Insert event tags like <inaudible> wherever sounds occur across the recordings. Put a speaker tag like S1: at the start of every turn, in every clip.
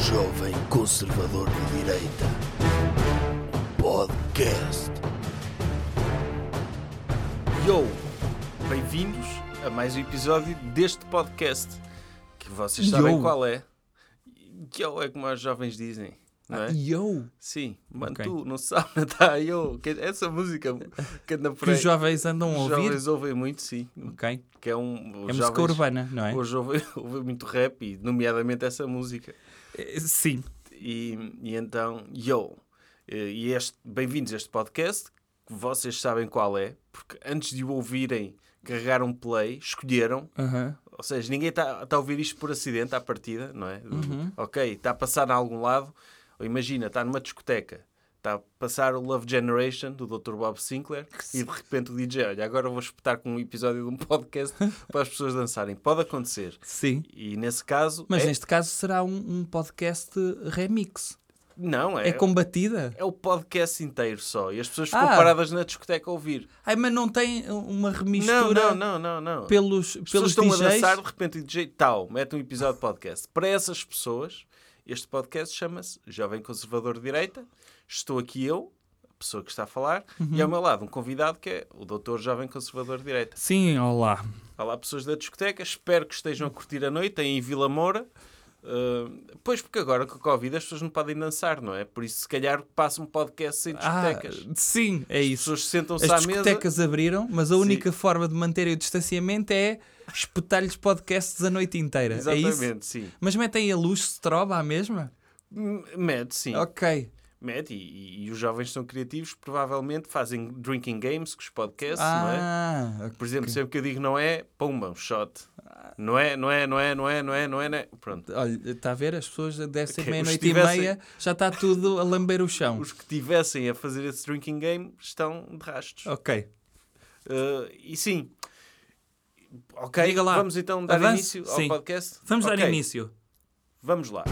S1: jovem conservador de direita. Um podcast.
S2: Yo! Bem-vindos a mais um episódio deste podcast que vocês sabem
S3: Yo!
S2: qual é. Yo é como os jovens dizem, não é?
S3: Ah, E eu?
S2: Sim, mano,
S3: Ok.
S2: tu não sabes, <laughs> não tá? Yo, que- essa música que anda por
S3: Que
S2: aí.
S3: os jovens andam a
S2: Os
S3: ouvir?
S2: jovens ouvem muito, sim.
S3: Ok.
S2: Que é um, os
S3: É música
S2: jovens,
S3: urbana, não é?
S2: Hoje ouvem, <laughs> ouvem muito rap, e nomeadamente essa música.
S3: Eh, Sim.
S2: E, e então, yo! Eh, E este, bem-vindos a este podcast, que vocês sabem qual é, porque antes de o ouvirem, carregaram play, escolheram,
S3: Aham.
S2: ou seja, ninguém está tá a ouvir isto por acidente à partida, não é?
S3: Uhum.
S2: Ok, está a passar a algum lado, ou imagina, está numa discoteca, está a passar o Love Generation do Dr. Bob Sinclair e de repente o DJ, olha, agora vou espetar com um episódio de um
S3: <laughs>
S2: podcast para as pessoas dançarem. Pode acontecer.
S3: Sim.
S2: E nesse caso.
S3: Mas
S2: é-
S3: neste caso será um, um podcast remix.
S2: Não,
S3: É combatida?
S2: É o podcast inteiro só. E as pessoas ficam
S3: Ah.
S2: paradas na discoteca a ouvir.
S3: Ai, mas não tem uma
S2: Não,
S3: remistura
S2: não, não, não, não.
S3: pelos,
S2: as
S3: pelos
S2: pessoas estão
S3: DJs?
S2: a dançar, de repente o DJ tal, mete um episódio de podcast. Para essas pessoas, este podcast chama-se Jovem Conservador de Direita. Estou aqui eu, a pessoa que está a falar, e
S3: Uhum.
S2: ao meu lado um convidado que é o Doutor Jovem Conservador de Direita.
S3: Sim, olá.
S2: Olá, pessoas da discoteca. Espero que estejam a curtir a noite aí em Vila Moura. Ah, pois, porque agora com a Covid as pessoas não podem dançar, não é? Por isso, se calhar, passa um podcast sem
S3: Ah,
S2: discotecas.
S3: sim, é
S2: As
S3: isso.
S2: pessoas sentam-se à
S3: As
S2: mesa.
S3: discotecas abriram, mas a única forma de manterem o distanciamento é espetar-lhes podcasts a noite inteira. É isso?
S2: Exatamente, sim.
S3: Mas metem a luz strobe à mesma?
S2: M- Hum, Mete, sim.
S3: Ok.
S2: Mete. E, e- e os jovens são criativos, provavelmente fazem drinking games com os podcasts, não é?
S3: ah, ok. Ah.
S2: Por exemplo, sempre que eu digo não é, pumba, um shot. Não é, não é, não é, não é, não é, não é, não é. Pronto.
S3: Olha, está a ver? As pessoas deve ser
S2: Ok, os
S3: meia-noite
S2: que tivessem-
S3: e meia, já está tudo a lamber o chão.
S2: Os que tivessem a fazer esse drinking game estão de rastos.
S3: Ok.
S2: Uh, e sim. Ok,
S3: Diga lá.
S2: vamos então dar
S3: Avance?
S2: início ao
S3: Sim.
S2: podcast.
S3: Vamos
S2: Ok,
S3: dar início.
S2: Vamos lá.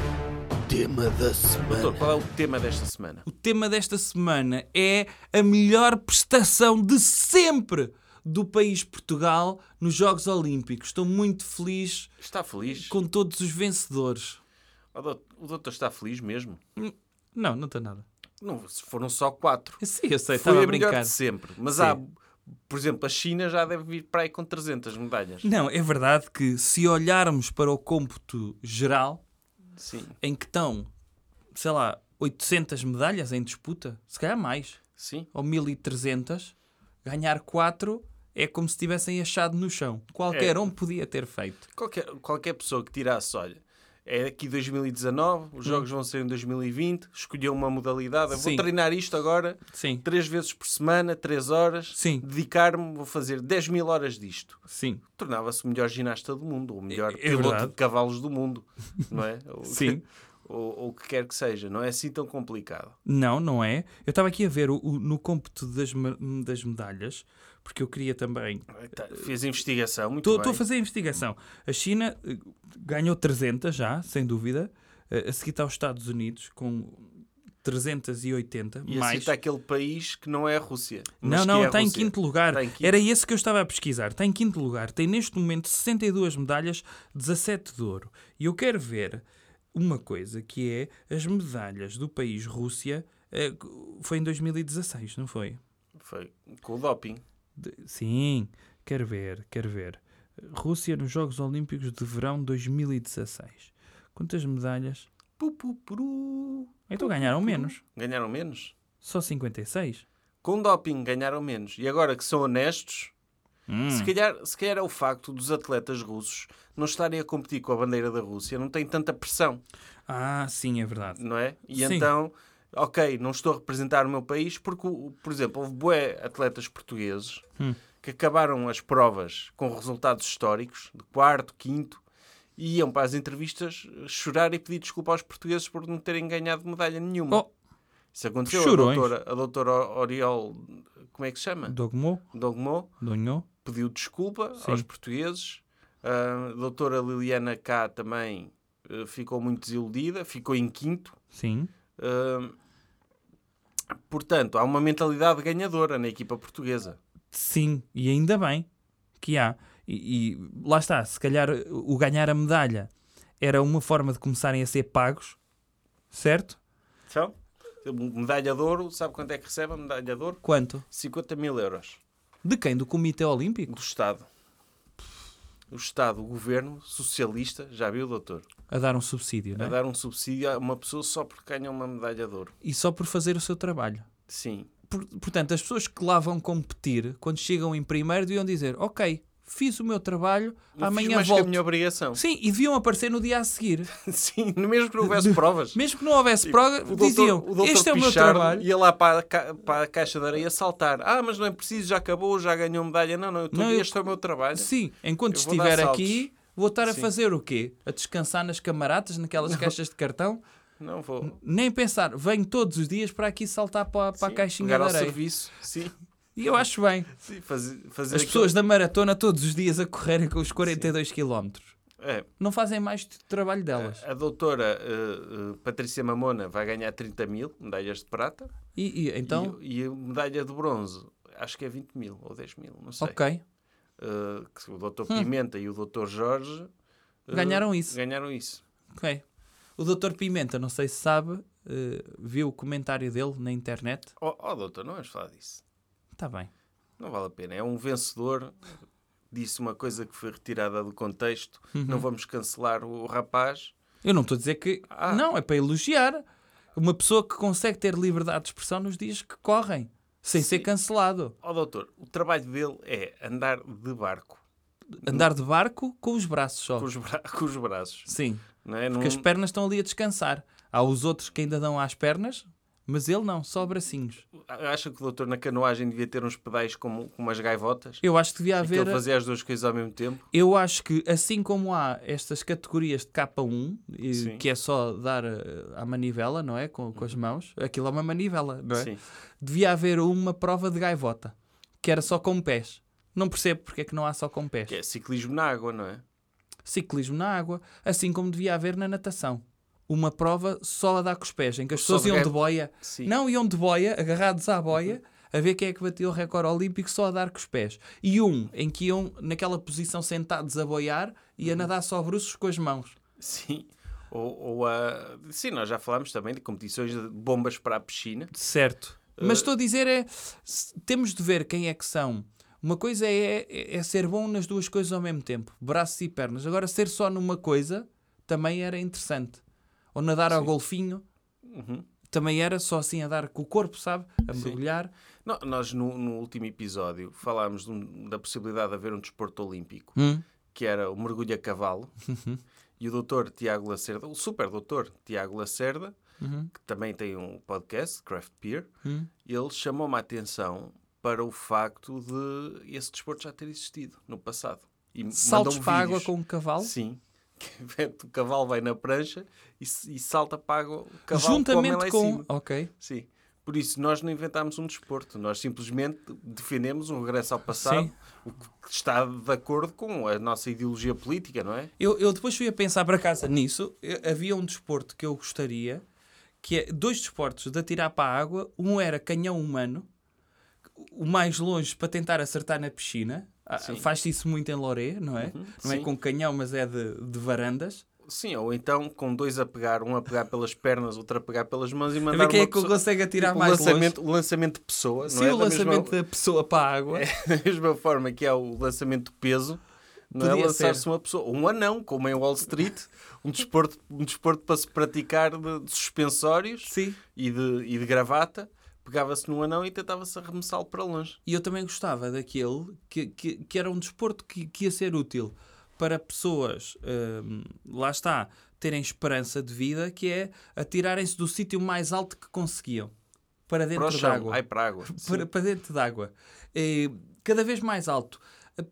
S1: Tema da
S2: Doutor,
S1: semana.
S2: qual é o tema desta semana?
S3: O tema desta semana é a melhor prestação de sempre do país Portugal nos Jogos Olímpicos. Estou muito feliz
S2: Está feliz?
S3: com todos os vencedores.
S2: O doutor- o doutor está feliz mesmo?
S3: Não, não estou nada.
S2: Não, se foram só quatro.
S3: Sim, eu
S2: Foi
S3: sei, estava
S2: a
S3: a
S2: melhor
S3: brincar.
S2: de sempre. Mas
S3: Sim.
S2: há, por exemplo, a China já deve vir para aí com 300
S3: <laughs>
S2: medalhas.
S3: Não, é verdade que se olharmos para o cômputo geral,
S2: Sim,
S3: em que estão, sei lá, 800 medalhas em disputa, se calhar mais.
S2: sim.
S3: ou 1300, ganhar 4 é como se tivessem achado no chão. Qualquer
S2: É.
S3: um podia ter feito.
S2: Qualquer, qualquer pessoa que tirasse, olha, é aqui 2019, os jogos vão ser em 2020, escolheu uma modalidade, eu vou
S3: Hum. Sim.
S2: treinar isto agora,
S3: Sim,
S2: três vezes por semana, três horas,
S3: Sim.
S2: dedicar-me, vou fazer 10 mil horas disto.
S3: sim,
S2: Tornava-se o melhor ginasta do mundo, ou o melhor
S3: É- é
S2: piloto
S3: verdade.
S2: de cavalos do mundo, não
S3: <laughs>
S2: é? Ou-
S3: sim.
S2: Ou ou <laughs> o que quer que seja, não é assim tão complicado.
S3: Não, não é. Eu estava aqui a ver o, o- no cômputo das, me- das medalhas, porque eu queria também.
S2: Tá, Fez investigação, muito
S3: Estou
S2: bem.
S3: estou a fazer a investigação. A China eh, ganhou 300 já, sem dúvida. Eh, A seguir está os Estados Unidos com 380,
S2: E assim
S3: mais.
S2: está aquele país que não é a Rússia. mas
S3: Não,
S2: que
S3: não,
S2: é a
S3: está em
S2: Rússia.
S3: quinto lugar.
S2: Está em quinto.
S3: Era esse que eu estava a pesquisar. Está em quinto lugar. Tem neste momento 62 medalhas, 17 de ouro. E eu quero ver uma coisa que é as medalhas do país Rússia. eh, Foi em 2016, não foi?
S2: Foi com o doping.
S3: De- Sim, quero ver, quero ver. Rússia nos Jogos Olímpicos de Verão 2016. Quantas medalhas?
S2: Pu, pu, puru.
S3: Então ganharam menos.
S2: Ganharam menos?
S3: Só 56?
S2: Com doping ganharam menos. E agora que são honestos,
S3: Hum.
S2: se, calhar, se calhar é o facto dos atletas russos não estarem a competir com a bandeira da Rússia, não têm tanta pressão,
S3: Ah, sim, é verdade.
S2: não é? E
S3: Sim.
S2: então, ok, não estou a representar o meu país, porque, o- por exemplo, houve bué atletas portugueses
S3: Hum.
S2: que acabaram as provas com resultados históricos, de quarto, quinto, e iam para as entrevistas chorar e pedir desculpa aos portugueses por não terem ganhado medalha nenhuma.
S3: Oh,
S2: Isso aconteceu a
S3: Chorões.
S2: doutora, a doutora Oriol, como é que se chama?
S3: Oh, Dogmo,
S2: Dogmo,
S3: Donhou.
S2: pediu desculpa
S3: Sim.
S2: aos portugueses. A doutora Liliana K também eh, ficou muito desiludida, ficou em quinto.
S3: Sim.
S2: Eh, portanto, há uma mentalidade ganhadora na equipa portuguesa.
S3: Sim, e ainda bem que há. E, e lá está, se calhar o ganhar a medalha era uma forma de começarem a ser pagos certo?
S2: Então, medalha de ouro, sabe quanto é que recebe a medalha de ouro?
S3: Quanto?
S2: 50 mil euros.
S3: De quem? Do Comitê Olímpico?
S2: Do Estado. O Estado, o governo socialista, já viu, doutor?
S3: A dar um subsídio, não
S2: A
S3: é?
S2: dar um subsídio a uma pessoa só porque ganha uma medalha de ouro.
S3: E só por fazer o seu trabalho.
S2: Sim.
S3: Por- portanto, as pessoas que lá vão competir, quando chegam em primeiro, deviam dizer: Ok, fiz o meu trabalho,
S2: Não fiz
S3: amanhã
S2: mais que a
S3: volto.
S2: minha obrigação.
S3: Sim, e deviam aparecer no dia a seguir.
S2: <laughs> Sim, mesmo que não
S3: <laughs>
S2: houvesse provas.
S3: Mesmo que não houvesse prova,
S2: Tipo, O doutor-
S3: diziam:
S2: o doutor
S3: Este é o meu
S2: Pichardo
S3: trabalho.
S2: Ia lá para a, ca- para a caixa de areia saltar. Ah, mas não é preciso, já acabou, já ganhou medalha. Não, não, eu estou
S3: Não,
S2: aqui,
S3: eu-
S2: este é o meu trabalho.
S3: Sim, enquanto
S2: Eu vou dar
S3: estiver
S2: saltos.
S3: aqui, vou estar a
S2: Sim.
S3: fazer o quê? A descansar nas camaradas, naquelas caixas de cartão?
S2: Não vou.
S3: Nem pensar, venho todos os dias para aqui saltar para, para a
S2: Sim,
S3: caixinha
S2: pegar
S3: de
S2: ao
S3: areia.
S2: serviço. Sim,
S3: E eu acho bem.
S2: sim, fazer, fazer
S3: As
S2: aquilo-
S3: pessoas da maratona todos os dias a correrem com os 42 km.
S2: É,
S3: Não fazem mais do trabalho delas.
S2: a doutora eh, eh, Patrícia Mamona vai ganhar 30 mil medalhas de prata
S3: E, e então,
S2: e, e a medalha de bronze acho que é 20 mil ou 10 mil, não sei.
S3: ok. Hum.
S2: Eh, que o doutor Pimenta e o doutor Jorge eh,
S3: Ganharam isso.
S2: Ganharam isso.
S3: ok. O Dr. Pimenta, não sei se sabe, eh, viu o comentário dele na internet.
S2: Oh, oh, doutor, não vamos falar disso.
S3: Está bem.
S2: Não vale a pena. É um vencedor. Disse uma coisa que foi retirada do contexto.
S3: Uhum.
S2: Não vamos cancelar o rapaz.
S3: Eu não estou a dizer que.
S2: Ah.
S3: Não, é para elogiar uma pessoa que consegue ter liberdade de expressão nos dias que correm, sem ser cancelado.
S2: Ó doutor, o trabalho dele é andar de barco
S3: Andar de barco com os braços só.
S2: com os, bra- com os braços.
S3: Sim,
S2: Não é?
S3: porque
S2: Não-
S3: as pernas estão ali a descansar. Há os outros que ainda dão às pernas, mas ele não, só bracinhos.
S2: Acha que o doutor na canoagem devia ter uns pedais como, com umas gaivotas?
S3: Eu acho que devia
S2: Que
S3: haver.
S2: ele fazia as duas coisas ao mesmo tempo?
S3: Eu acho que assim como há estas categorias de K1, e-
S2: Sim. Uhum.
S3: que é só dar eh, à manivela, não é? Com, com as mãos, aquilo é uma manivela, não é?
S2: Sim.
S3: devia haver uma prova de gaivota, que era só com pés. Não percebo porque é que não há só com pés.
S2: Que é ciclismo na água, não é?
S3: Ciclismo na água, assim como devia haver na natação. Uma prova só a dar com os pés, em que as
S2: Só
S3: pessoas
S2: de
S3: iam de
S2: gaivo-
S3: boia.
S2: Sim. Uhum.
S3: Não, iam de boia, agarrados à boia, a ver quem é que bateu o recorde olímpico só a dar com os pés. E um em que iam naquela posição sentados a boiar e
S2: Uhum.
S3: a nadar só bruços com as mãos.
S2: Sim. Ou, ou a... Sim, nós já falámos também de competições de bombas para a piscina.
S3: Certo.
S2: Eh,
S3: Mas estou a dizer é, se- temos de ver quem é que são. Uma coisa é, é, é ser bom nas duas coisas ao mesmo tempo, braços e pernas. Agora, ser só numa coisa também era interessante. Ou nadar ao golfinho
S2: Uhum.
S3: também era só assim a dar com o corpo, sabe? A mergulhar.
S2: No- nós, no, no último episódio, falámos de um- da possibilidade de haver um desporto olímpico,
S3: Hum?
S2: que era o mergulho a
S3: <laughs>
S2: cavalo. e o doutor Tiago Lacerda, o super doutor Tiago Lacerda,
S3: Uhum.
S2: que também tem um podcast, Craft Beer,
S3: Hum?
S2: ele chamou-me a atenção para o facto de esse desporto já ter existido no passado. E
S3: Saltos
S2: mandou-me
S3: para a água
S2: vídeos.
S3: com o cavalo.
S2: Sim. <laughs> Que o cavalo vai na prancha e, se- e salta para a água. O cavalo come lá
S3: juntamente
S2: em
S3: com.
S2: cima.
S3: Ok.
S2: Sim. Por isso, nós não inventámos um desporto. Nós simplesmente defendemos um regresso ao passado,
S3: Sim.
S2: o que está de acordo com a nossa ideologia política, não é?
S3: Eu, eu depois fui a pensar para casa nisso. Eu- havia um desporto que eu gostaria, que é dois desportos de atirar para a água. Um era canhão humano, o mais longe para tentar acertar na piscina. Ah,
S2: Sim. Uhum,
S3: Faz-se isso muito em Loré, não é? não é
S2: sim.
S3: com canhão, mas é de, de varandas.
S2: Sim, ou então com dois a pegar, um a pegar pelas pernas, outro a pegar pelas mãos e
S3: A
S2: mandar
S3: ver quem
S2: uma
S3: é que
S2: pessoa... tipo,
S3: consegue atirar
S2: o,
S3: mais
S2: lançamento, o lançamento de pessoa,
S3: longe.
S2: não
S3: Sim,
S2: é?
S3: o
S2: Da mesma- É.
S3: lançamento da pessoa para a água.
S2: <laughs> Da mesma forma que há o lançamento de peso, não
S3: Podia
S2: é lançar-se
S3: ser.
S2: uma pessoa, um anão, como em Wall Street, um desporto, um desporto para se praticar de, de suspensórios
S3: Sim.
S2: e de, e de gravata, pegava-se num anão e tentava-se arremessá-lo para longe.
S3: E eu também gostava daquele que, que, que era um desporto que, que ia ser útil para pessoas, hum, lá está, terem esperança de vida, que é atirarem-se do sítio mais alto que conseguiam
S2: Para
S3: para
S2: o
S3: dentro de
S2: chão,
S3: água.
S2: ai para a
S3: <laughs>
S2: água.
S3: Para, para dentro de água. Eh, cada vez mais alto.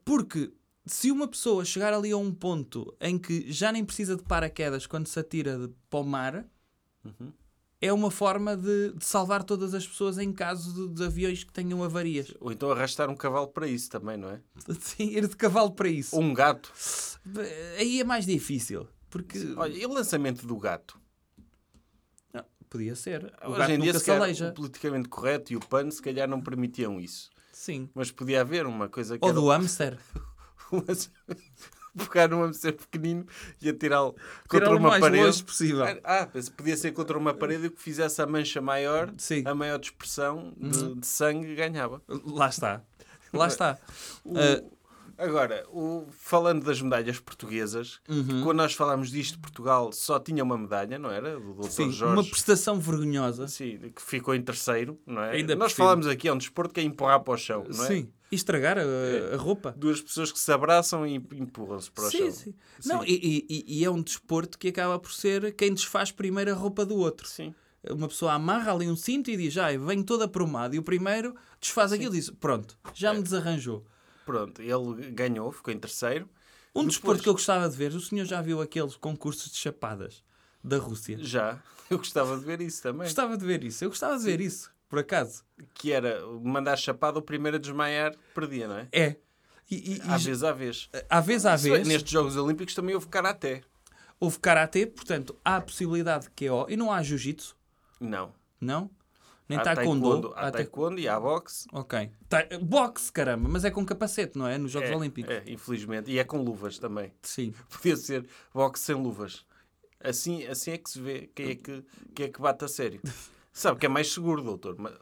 S3: Porque se uma pessoa chegar ali a um ponto em que já nem precisa de paraquedas quando se atira de, para o mar,
S2: Uhum.
S3: é uma forma de, de salvar todas as pessoas em caso de, de aviões que tenham avarias.
S2: Ou então arrastar um cavalo para isso também, não é?
S3: Sim, ir de cavalo para isso.
S2: Ou um gato.
S3: Aí é mais difícil. Porque
S2: Olha, e o lançamento do gato?
S3: Não, podia ser. O
S2: Hoje
S3: gato
S2: em dia,
S3: nunca
S2: se um
S3: se
S2: calhar,
S3: aleija.
S2: o politicamente correto e o PAN, se calhar, não permitiam isso.
S3: Sim.
S2: um. Mas podia haver uma coisa que
S3: Ou
S2: era
S3: do hamster.
S2: o <laughs> lança- pegar num hamster pequenino e atirá-lo
S3: Tirá-lo
S2: contra
S3: o
S2: uma
S3: mais
S2: parede.
S3: longe possível.
S2: Ah, mas podia ser contra uma parede que fizesse a mancha maior,
S3: Sim. Uhum.
S2: a maior dispersão de, de sangue ganhava.
S3: Lá está. Lá está.
S2: O-
S3: Ah.
S2: Agora, o- falando das medalhas portuguesas, que
S3: Uhum.
S2: quando nós falámos disto, Portugal só tinha uma medalha, não era? Do Dr.
S3: Sim,
S2: Jorge.
S3: uma prestação vergonhosa.
S2: Sim, que ficou em terceiro, não é?
S3: Ainda
S2: Nós
S3: por cima.
S2: falámos aqui, é um desporto que é empurrar para o chão, não é?
S3: Sim. E estragar a, a roupa.
S2: Duas pessoas que se abraçam e empurram-se para o
S3: Sim,
S2: chão.
S3: sim. Não, e, e- e- e é um desporto que acaba por ser quem desfaz primeiro a roupa do outro.
S2: Sim.
S3: Uma pessoa amarra ali um cinto e diz, ai, venho todo aprumado. E o primeiro desfaz aquilo e diz, pronto, já
S2: É.
S3: me desarranjou.
S2: Pronto, ele ganhou, ficou em terceiro.
S3: Um desporto que eu gostava de ver, o senhor já viu aqueles concursos de chapadas da Rússia?
S2: Já, <laughs> eu gostava de ver isso também.
S3: Gostava de ver isso, eu gostava de ver isso, por acaso.
S2: Que era mandar chapada, o primeiro a desmaiar perdia, não é?
S3: É. E, e, e
S2: Às
S3: já-
S2: vezes, à vez.
S3: à vez à
S2: Se bem que
S3: vez,
S2: Nestes Jogos Olímpicos também houve karaté.
S3: houve karatê, portanto, há a possibilidade de QO e não há jiu-jitsu,
S2: Não.
S3: não? Nem
S2: Há
S3: taekwondo. é
S2: Há
S3: tae-
S2: taekwondo e há boxe.
S3: Ok. Ta... Boxe, caramba, mas é com capacete, não é? Nos Jogos
S2: É,
S3: Olímpicos.
S2: é, infelizmente. E é com luvas também. <laughs>
S3: Sim.
S2: Podia ser boxe sem luvas. Assim, assim é que se vê quem é que, quem é que bate a
S3: <laughs>
S2: sério. Sabe que é mais seguro, doutor. Mas,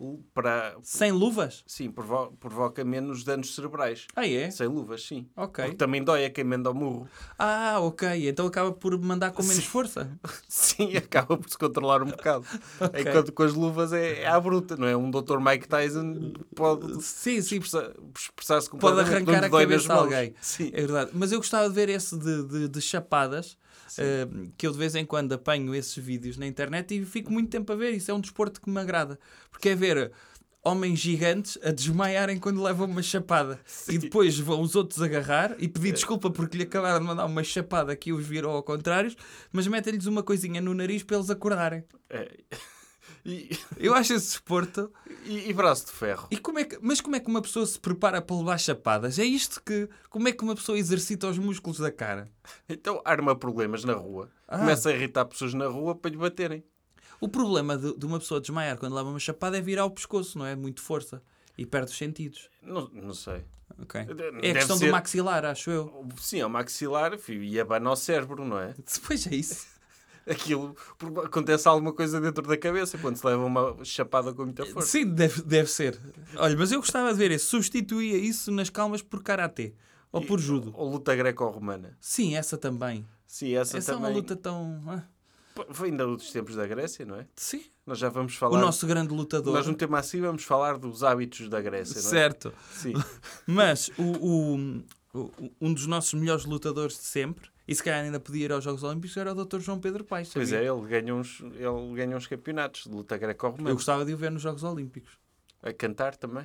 S2: o- para,
S3: Sem luvas?
S2: sim, provo- provoca menos danos cerebrais.
S3: Ah, é?
S2: Sem luvas, sim.
S3: Ok.
S2: Porque também dói a quem manda ao murro. <laughs>
S3: Ah, ok. Então acaba por mandar com menos
S2: <laughs>
S3: força.
S2: Sim, acaba por se controlar um bocado.
S3: <laughs> Ok.
S2: Enquanto com as luvas é, é à bruta, não é? Um Dr. Mike Tyson pode
S3: <laughs> Sim, sim.
S2: expressa- expressar-se
S3: Pode
S2: completamente
S3: arrancar
S2: quando
S3: a
S2: dói nas
S3: cabeça a
S2: mãos.
S3: alguém.
S2: Sim.
S3: É verdade. Mas eu gostava de ver esse de, de- de chapadas, eh, que eu de vez em quando apanho esses vídeos na internet e fico muito tempo a ver. Isso é um desporto que me agrada. Porque é ver homens gigantes a desmaiarem quando levam uma chapada. E depois vão os outros agarrar e pedir desculpa porque lhe acabaram de mandar uma chapada que os virou ao contrário, mas metem-lhes uma coisinha no nariz para eles acordarem.
S2: É. E,
S3: Eu acho esse desporto
S2: e, e braço de ferro?
S3: E como é que- mas como é que uma pessoa se prepara para levar chapadas? É isto que. Como é que uma pessoa exercita os músculos da cara?
S2: Então arma problemas na rua.
S3: Ah.
S2: Começa a irritar pessoas na rua para lhe baterem.
S3: O problema de, de uma pessoa desmaiar quando leva uma chapada é virar o pescoço, não é? Muito força. E perde os sentidos.
S2: Não, não sei.
S3: Ok. É a
S2: Deve
S3: questão
S2: ser-
S3: do maxilar, acho eu. <laughs>
S2: Sim, é o maxilar filho, e abana o cérebro, não é?
S3: Pois é isso.
S2: Aquilo por- acontece alguma coisa dentro da cabeça quando se leva uma chapada com muita força.
S3: Eh, Sim, deve, deve ser. Olha, mas eu gostava de ver esse. Substituía isso nas calmas por karatê ou por é um judo.
S2: Ou luta greco-romana.
S3: Sim, essa também.
S2: Sim, essa,
S3: Essa é
S2: também.
S3: uma luta tão. ah,
S2: Pô, Foi ainda dos tempos da Grécia, não é?
S3: Sim.
S2: Nós já vamos
S3: O
S2: falar.
S3: nosso grande lutador.
S2: Nós no tema assim vamos falar dos hábitos da Grécia, não é?
S3: Certo.
S2: Sim.
S3: Mas o, o- o- um dos nossos melhores lutadores de sempre, e se calhar ainda podia ir aos Jogos Olímpicos, era o Dr. João Pedro Paes. sabia? <laughs>
S2: Pois é, ele ganhou uns, ele ganhou uns campeonatos de luta
S3: Eu
S2: greco-romana.
S3: gostava de o ver nos Jogos Olímpicos.
S2: A cantar também?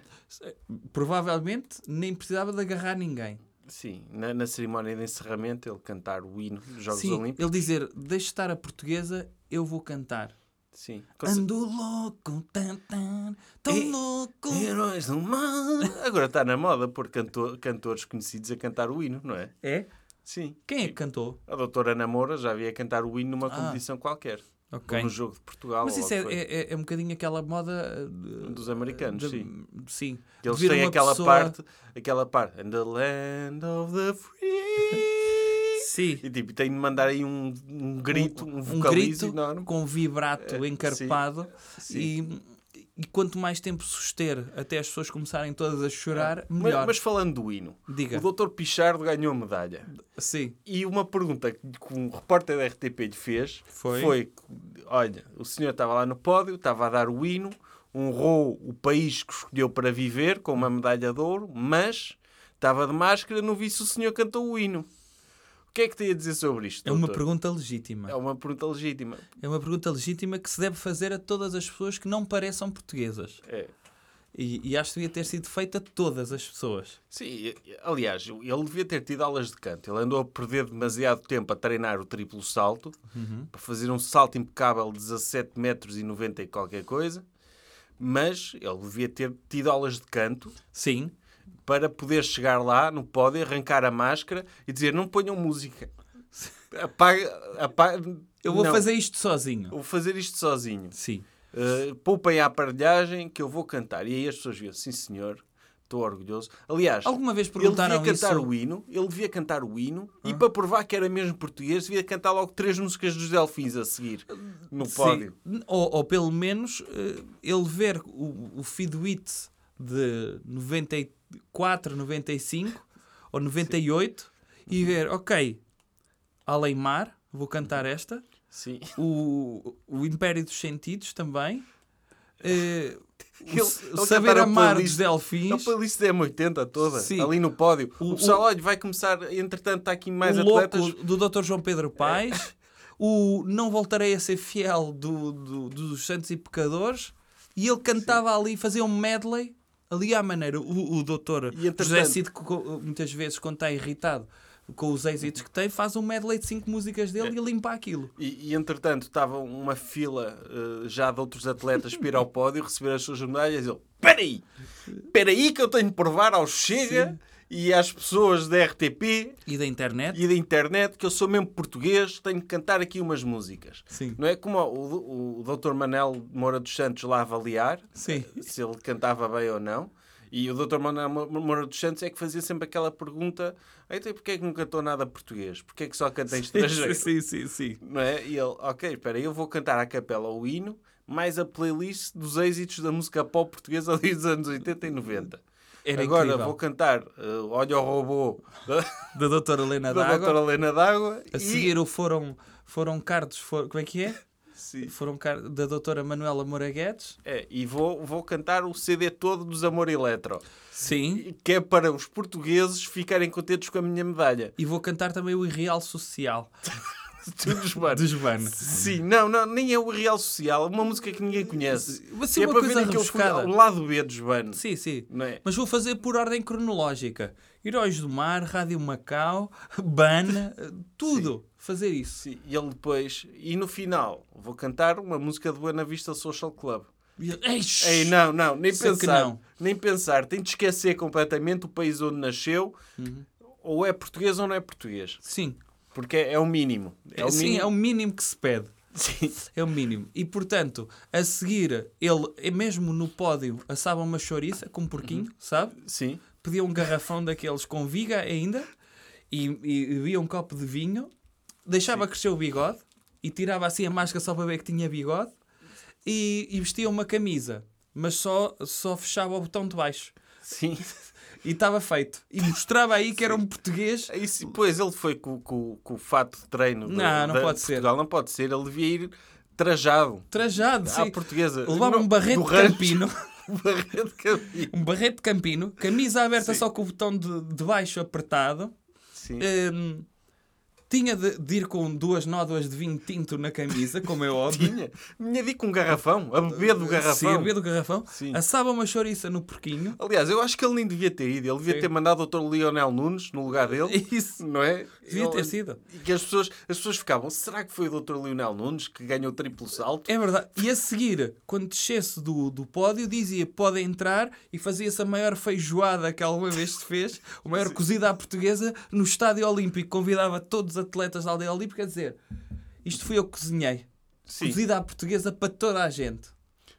S3: Provavelmente nem precisava de agarrar ninguém.
S2: Sim. Na, na cerimónia de encerramento, ele cantar o hino dos Jogos
S3: Sim,
S2: Olímpicos.
S3: ele dizer, deixe estar a portuguesa, eu vou cantar.
S2: Sim.
S3: Ando louco, tan, tan, tão
S2: E-
S3: louco.
S2: Heróis do mar. Agora está na moda pôr canto- cantores conhecidos a cantar o hino, não é?
S3: É?
S2: Sim.
S3: Quem é que cantou?
S2: A doutora Ana Moura já havia cantar o hino numa
S3: Ah.
S2: competição qualquer.
S3: Ok.
S2: Ou no jogo de Portugal.
S3: Mas
S2: ou
S3: isso é,
S2: lá que foi.
S3: é, é um bocadinho aquela moda... eh,
S2: Dos americanos,
S3: de-
S2: sim.
S3: Sim.
S2: Que eles
S3: De ver
S2: têm
S3: uma
S2: aquela
S3: pessoa-
S2: parte, aquela parte. And the land of the free.
S3: <laughs> Sim.
S2: E tipo, tem de mandar aí um, um grito, um, vocalizo
S3: grito
S2: enorme. É,
S3: com um vibrato encarpado
S2: sim.
S3: E, e quanto mais tempo suster até as pessoas começarem todas a chorar,
S2: É. Mas,
S3: melhor.
S2: mas falando do hino,
S3: Diga.
S2: o Dr. Pichardo ganhou medalha.
S3: Sim.
S2: E uma pergunta que que um repórter da RTP lhe fez
S3: Foi?
S2: que, olha, o senhor estava lá no pódio, estava a dar o hino, honrou o país que escolheu para viver com uma medalha de ouro, mas estava de máscara, não vi se o senhor cantou o hino. O que é que tem a dizer sobre isto?
S3: É uma
S2: doutor?
S3: pergunta legítima.
S2: É uma pergunta legítima.
S3: É uma pergunta legítima que se deve fazer a todas as pessoas que não pareçam portuguesas.
S2: É.
S3: E, e acho que devia ter sido feita a todas as pessoas.
S2: Sim, e- e- aliás, ele devia ter tido aulas de canto. Ele andou a perder demasiado tempo a treinar o triplo salto,
S3: Uhum.
S2: para fazer um salto impecável de 17 metros e 90 e qualquer coisa, mas ele devia ter tido aulas de canto
S3: Sim.
S2: para poder chegar lá no pódio, arrancar a máscara e dizer não ponham
S3: <laughs>
S2: música. Apaga, apaga,
S3: Eu vou
S2: não,
S3: fazer isto sozinho.
S2: vou fazer isto sozinho.
S3: Sim.
S2: Eh, Uh, poupem a aparelhagem que eu vou cantar. E aí as pessoas viam, sim senhor, Estou orgulhoso. Aliás,
S3: Alguma vez
S2: ele
S3: perguntaram
S2: devia cantar
S3: isso? Ah.
S2: o hino, ele devia cantar o hino e para provar que era mesmo português, devia cantar logo três músicas dos Delfins a seguir no pódio.
S3: Sim. Ou, ou pelo menos eh, ele ver o, o Fiduit de 94, 95 ou 98
S2: Uhum.
S3: e ver, ok, Além Mar, vou cantar
S2: Uhum.
S3: esta,
S2: Sim.
S3: o, o Império dos Sentidos também. eh, o
S2: Ele-
S3: S-
S2: ele
S3: saber
S2: cantar a
S3: amar
S2: playlist-
S3: dos
S2: A
S3: delfins,
S2: playlist da M80 toda,
S3: Sim.
S2: ali no pódio.
S3: O-
S2: O, pessoal, olha, vai começar, entretanto, está aqui mais
S3: o
S2: atletas. É.
S3: louco do Dr. João Pedro Paes, o Não Voltarei a Ser Fiel do, do- dos Santos e Pecadores, e ele cantava ali, fazia um medley, ali à maneira. O, o Dr.
S2: E, entretanto-
S3: José Cid, que co- muitas vezes, quando está irritado com os êxitos que tem, faz um medley de cinco músicas dele
S2: É.
S3: e limpa aquilo.
S2: E, e, entretanto, estava uma fila eh, já de outros atletas para ir ao pódio, receber as suas medalhas. Ele, peraí, peraí, que eu tenho de provar ao Chega e às pessoas da RTP
S3: E da internet.
S2: e da internet que eu sou mesmo português, tenho que cantar aqui umas músicas.
S3: Sim.
S2: Não é como o, o, o Dr. Manel Moura dos Santos lá avaliar <laughs>
S3: Sim.
S2: eh, se ele cantava bem ou não. E o Dr. Manuel Mo- Moura dos Santos é que fazia sempre aquela pergunta: então, e porquê é que não cantou nada português? Porquê é que só canta em estrangeiro?
S3: Sim, sim, sim.
S2: Não é? E ele, ok, espera, aí, eu vou cantar à capela o hino, mais a playlist dos êxitos da música pop portuguesa <laughs> ali dos anos 80 e 90.
S3: Era
S2: Agora
S3: incrível.
S2: vou cantar eh, Olha o Robô da,
S3: Da doutora Helena
S2: da
S3: D'Água.
S2: Doutora Helena d'Água
S3: A seguir o foram, foram cartos, for- como é que é?
S2: Sim.
S3: Foram car- da doutora Manuela Moura Guedes.
S2: É, e vou, vou cantar o CD todo dos Amor Eletro,
S3: Sim.
S2: que é para os portugueses ficarem contentes com a minha medalha.
S3: E vou cantar também o Irreal <laughs> Social.
S2: Tudo esbano.
S3: Dos Van.
S2: Sim,
S3: Hum.
S2: não, não, nem é o Real Social, é uma música que ninguém conhece.
S3: Mas sim,
S2: é
S3: uma
S2: para
S3: coisa
S2: verem que eu fui
S3: rebuscada.
S2: ao lado B dos Bano.
S3: Sim, sim.
S2: Não é?
S3: Mas vou fazer por ordem cronológica. Heróis do Mar, Rádio Macau, Ban, eh, tudo. Fazer isso.
S2: Sim, e ele depois, e no final, vou cantar uma música do Buena Vista Social Club.
S3: E ele, Ei, shh,
S2: Ei, não, não, nem
S3: Sei que
S2: pensar.
S3: não.
S2: Nem pensar, tem de esquecer completamente o país onde nasceu,
S3: Uhum.
S2: ou é português ou não é português.
S3: Sim.
S2: Porque é, é o mínimo. É o
S3: sim,
S2: mínimo.
S3: é o mínimo que se pede.
S2: Sim.
S3: É o mínimo. E portanto, a seguir, ele, é mesmo no pódio, assava uma chouriça com um porquinho,
S2: Uhum.
S3: sabe?
S2: Sim.
S3: Pedia um garrafão daqueles com viga ainda e, e bebia um copo de vinho, deixava crescer o bigode e tirava assim a máscara só para ver que tinha bigode e, e vestia uma camisa, mas só, só fechava o botão de baixo
S2: Sim.
S3: <laughs> e estava feito. E mostrava aí que era um português.
S2: E se- pois ele foi com, com- com o fato de treino
S3: Não,
S2: da-
S3: não
S2: da
S3: pode ser.
S2: Portugal, não pode ser. Ele devia ir trajado
S3: Trajado,
S2: à
S3: sim.
S2: portuguesa.
S3: Levava
S2: Não,
S3: um barrete
S2: Ah, do
S3: de
S2: rancho,
S3: campino,
S2: <laughs> um barrete de campino.
S3: um barrete de campino, camisa aberta só com o botão de, de baixo apertado,
S2: Sim.
S3: hum, tinha de, de ir com duas nódoas de vinho tinto na camisa, como é óbvio.
S2: Tinha, tinha de ir com um garrafão, a beber do garrafão.
S3: Sim, a beber do garrafão.
S2: Sim.
S3: Assava uma chouriça no porquinho.
S2: Aliás, eu acho que ele nem devia ter ido. Ele devia
S3: Sim.
S2: ter mandado o Dr. Lionel Nunes no lugar dele.
S3: <laughs> Isso.
S2: Não é?
S3: Devia ter
S2: Ele-
S3: sido.
S2: E que as pessoas, as pessoas ficavam, será que foi o Dr. Lionel Nunes que ganhou o triplo salto?
S3: É verdade. E a seguir, quando descesse do, do pódio, dizia pode entrar e fazia-se a maior feijoada que alguma vez se fez, a maior cozida à portuguesa, no Estádio Olímpico. Convidava todos os atletas da aldeia olímpica a dizer: Isto fui eu que cozinhei.
S2: Sim.
S3: Cozida à portuguesa para toda a gente.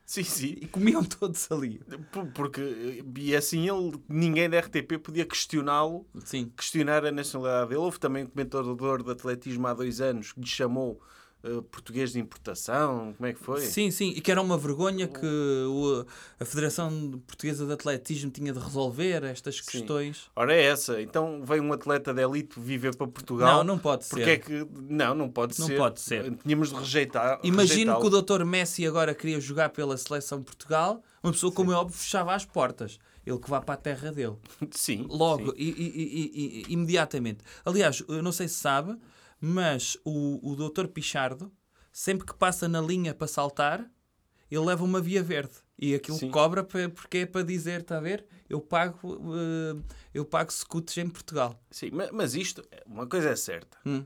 S2: Sim, sim.
S3: E comiam todos ali.
S2: Por- Porque, e assim, ele, ninguém da RTP podia questioná-lo,
S3: Sim.
S2: questionar a nacionalidade dele. Houve também um comentador de atletismo há dois anos que lhe chamou eh, português de importação. Como é que foi?
S3: Sim, sim, e que era uma vergonha que o- a Federação Portuguesa de Atletismo tinha de resolver estas questões.
S2: Ora, é essa. Então veio um atleta de elite viver para Portugal.
S3: Não, não pode ser.
S2: Porque é que. Não, não pode
S3: Não
S2: ser.
S3: pode ser.
S2: Tínhamos de rejeitar.
S3: Imagino que o
S2: rejeitá-lo.
S3: Dr. Messi agora queria jogar pela seleção de Portugal, uma pessoa, como é óbvio, fechava as portas. Ele que vá para a terra dele.
S2: <laughs> Sim.
S3: Logo, e, e- e- e- imediatamente. Aliás, eu não sei se sabe, mas o, o Dr. Pichardo, sempre que passa na linha para saltar, ele leva uma via verde. E aquilo
S2: Sim.
S3: cobra pa- porque é para dizer, está a ver? Eu pago, eh, eu pago scooters em Portugal.
S2: Sim, ma- mas isto, uma coisa é certa.
S3: Hum.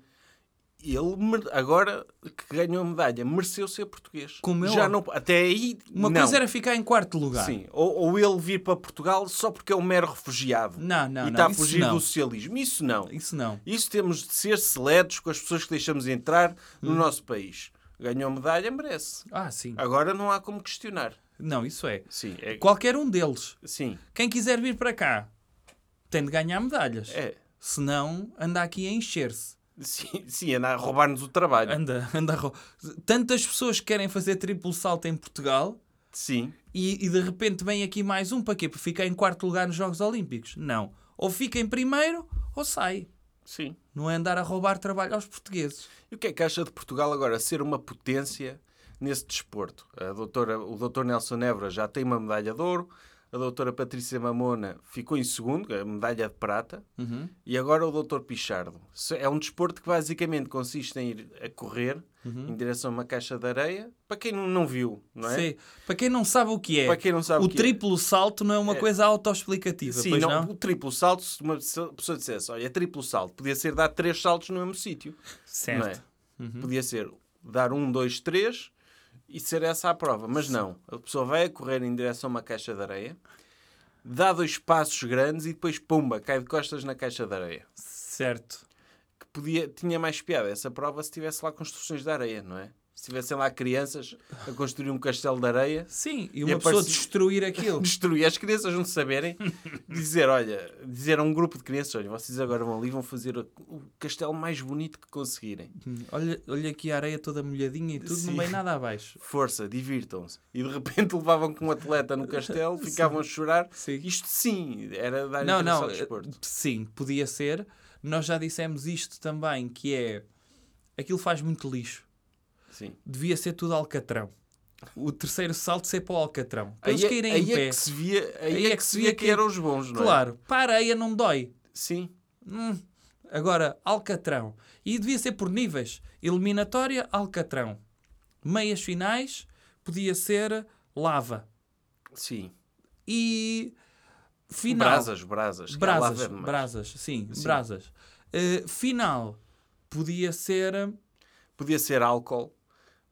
S2: Ele, mer- agora que ganhou a medalha, mereceu ser português.
S3: Como é
S2: Já
S3: óbvio.
S2: não, até aí,
S3: Uma
S2: não.
S3: coisa era ficar em quarto lugar.
S2: Sim, ou, ou ele vir para Portugal só porque é um mero refugiado.
S3: Não, não,
S2: E
S3: não,
S2: está a
S3: isso
S2: fugir
S3: não.
S2: do socialismo. Isso não.
S3: Isso não.
S2: Isso temos de ser seletos com as pessoas que deixamos
S3: Hum.
S2: entrar no nosso país. Ganhou a medalha, merece.
S3: Ah, sim.
S2: Agora não há como questionar.
S3: Não, isso é.
S2: Sim, é-
S3: Qualquer um deles.
S2: Sim,
S3: Quem quiser vir para cá tem de ganhar medalhas.
S2: é.
S3: Senão anda aqui a encher-se.
S2: Sim, sim anda a roubar-nos o trabalho.
S3: Anda, anda. a ro- Tantas pessoas que querem fazer triplo salto em Portugal
S2: Sim.
S3: e, e de repente vem aqui mais um para quê? Para ficar em quarto lugar nos Jogos Olímpicos. Não. Ou fica em primeiro ou sai.
S2: Sim.
S3: Não é andar a roubar trabalho aos portugueses.
S2: E o que é que acha de Portugal agora ser uma potência nesse desporto? A doutora, o doutor Nelson Évora já tem uma medalha de ouro, a doutora Patrícia Mamona ficou em segundo, a medalha de prata, e agora o doutor Pichardo. Se- É um desporto que basicamente consiste em ir a correr em direção a uma caixa de areia, para quem não, não viu, não é?
S3: Sim. Para quem não sabe o que é,
S2: Para quem não sabe
S3: o
S2: o que é.
S3: triplo salto não é uma coisa autoexplicativa,
S2: Sim,
S3: pois
S2: não, é.
S3: não?
S2: o triplo salto, se uma pessoa pessoa dissesse, olha, é triplo salto, podia ser dar três saltos no mesmo sítio. não é?
S3: Certo. Uhum.
S2: Podia ser dar um, dois, três e ser essa a prova. Mas não. A pessoa vai a correr em direção a uma caixa de areia, dá dois passos grandes e depois, pumba, cai de costas na caixa de areia.
S3: Certo.
S2: Que podia, tinha mais piada essa prova se tivesse lá construções de areia, não é? Se tivessem lá crianças a construir um castelo de areia,
S3: Sim, e uma pessoa
S2: apareci-
S3: destruir
S2: <laughs>
S3: aquilo.
S2: destruir as crianças não saberem, dizer, olha, dizer a um grupo de crianças, olha, vocês agora vão ali e vão fazer o- o castelo mais bonito que conseguirem.
S3: olha, olha aqui a areia toda molhadinha e tudo, não
S2: Sim.
S3: vem
S2: <laughs>
S3: nada abaixo.
S2: força, divirtam-se. E de repente <laughs> levavam com um atleta no castelo, ficavam a chorar.
S3: Sim.
S2: Isto sim, era dar
S3: Não,
S2: interesse
S3: não,
S2: ao desporto.
S3: eh, sim, podia ser. Nós já dissemos isto também, que é... Aquilo faz muito lixo.
S2: Sim.
S3: Devia ser tudo alcatrão. O terceiro salto ser para o alcatrão. Para eles
S2: é-
S3: caírem
S2: aí
S3: em pé.
S2: é que se via, aí, é que se via que, eram os bons, não é?
S3: Claro, para a areia não dói.
S2: Sim,
S3: Agora, Alcatrão. E devia ser por níveis. Eliminatória, Alcatrão. Meias finais, podia ser lava.
S2: sim.
S3: E final.
S2: Brasas, brasas. que lá
S3: Brasas,
S2: vem mais.
S3: brasas, sim, brasas. Eh, final, podia ser... eh,
S2: Podia ser álcool.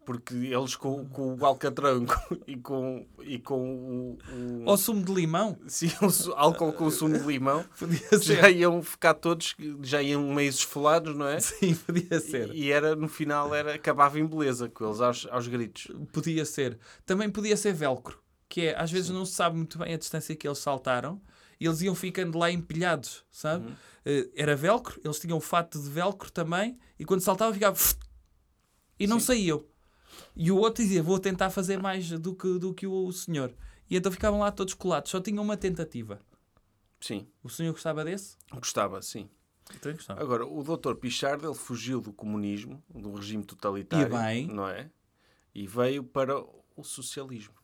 S2: Porque eles com, com o alcatrão <laughs> e com- e com, e com o, o-
S3: Ou sumo de limão.
S2: sim, o su- álcool com o sumo de
S3: <laughs>
S2: limão,
S3: Podia ser.
S2: já iam ficar todos, já iam meio esfolados, não é?
S3: Sim, podia ser.
S2: E, e era, no final, era, acabava em beleza com eles aos, aos gritos.
S3: Podia ser. Também podia ser velcro. Que é, às vezes não se sabe muito bem a distância que eles saltaram e eles iam ficando lá empilhados, sabe? Eh, era velcro, eles tinham o fato de velcro também e quando saltavam ficava... <laughs> E não saíam. E o outro dizia, vou tentar fazer mais do que, do que o senhor. E então ficavam lá todos colados. Só tinham uma tentativa.
S2: Sim,
S3: O senhor gostava desse?
S2: gostava, sim.
S3: Então gostava.
S2: Agora, o Dr. Pichardo, ele fugiu do comunismo, do regime totalitário,
S3: E bem.
S2: não é? E veio para o socialismo,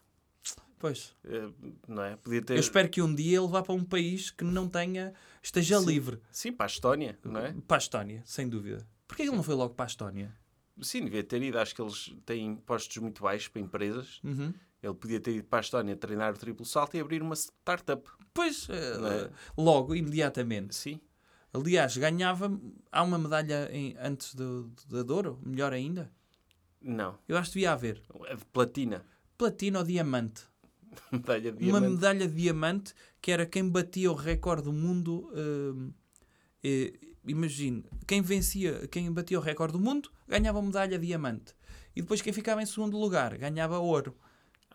S3: Pois.
S2: eh, não é? Podia ter...
S3: Eu espero que um dia ele vá para um país que não tenha... Esteja livre.
S2: Sim, para a Estónia, não é?
S3: Para a Estónia, sem dúvida. Porquê que ele não foi logo para a Estónia?
S2: Sim, devia ter ido. Acho que eles têm impostos muito baixos para empresas. Ele podia ter ido para a Estónia treinar o triplo salto e abrir uma startup.
S3: Pois, eh,
S2: Não é?
S3: logo, imediatamente.
S2: Sim,
S3: Aliás, ganhava. Há uma medalha em- antes do, da Douro, melhor ainda.
S2: não.
S3: Eu acho que devia haver.
S2: É de platina. <laughs>
S3: Platina ou diamante.
S2: Medalha de
S3: Uma
S2: diamante.
S3: medalha de diamante que era quem batia o recorde do mundo. Imagino, quem vencia, quem batia o recorde do mundo ganhava medalha de diamante. E depois quem ficava em segundo lugar ganhava ouro.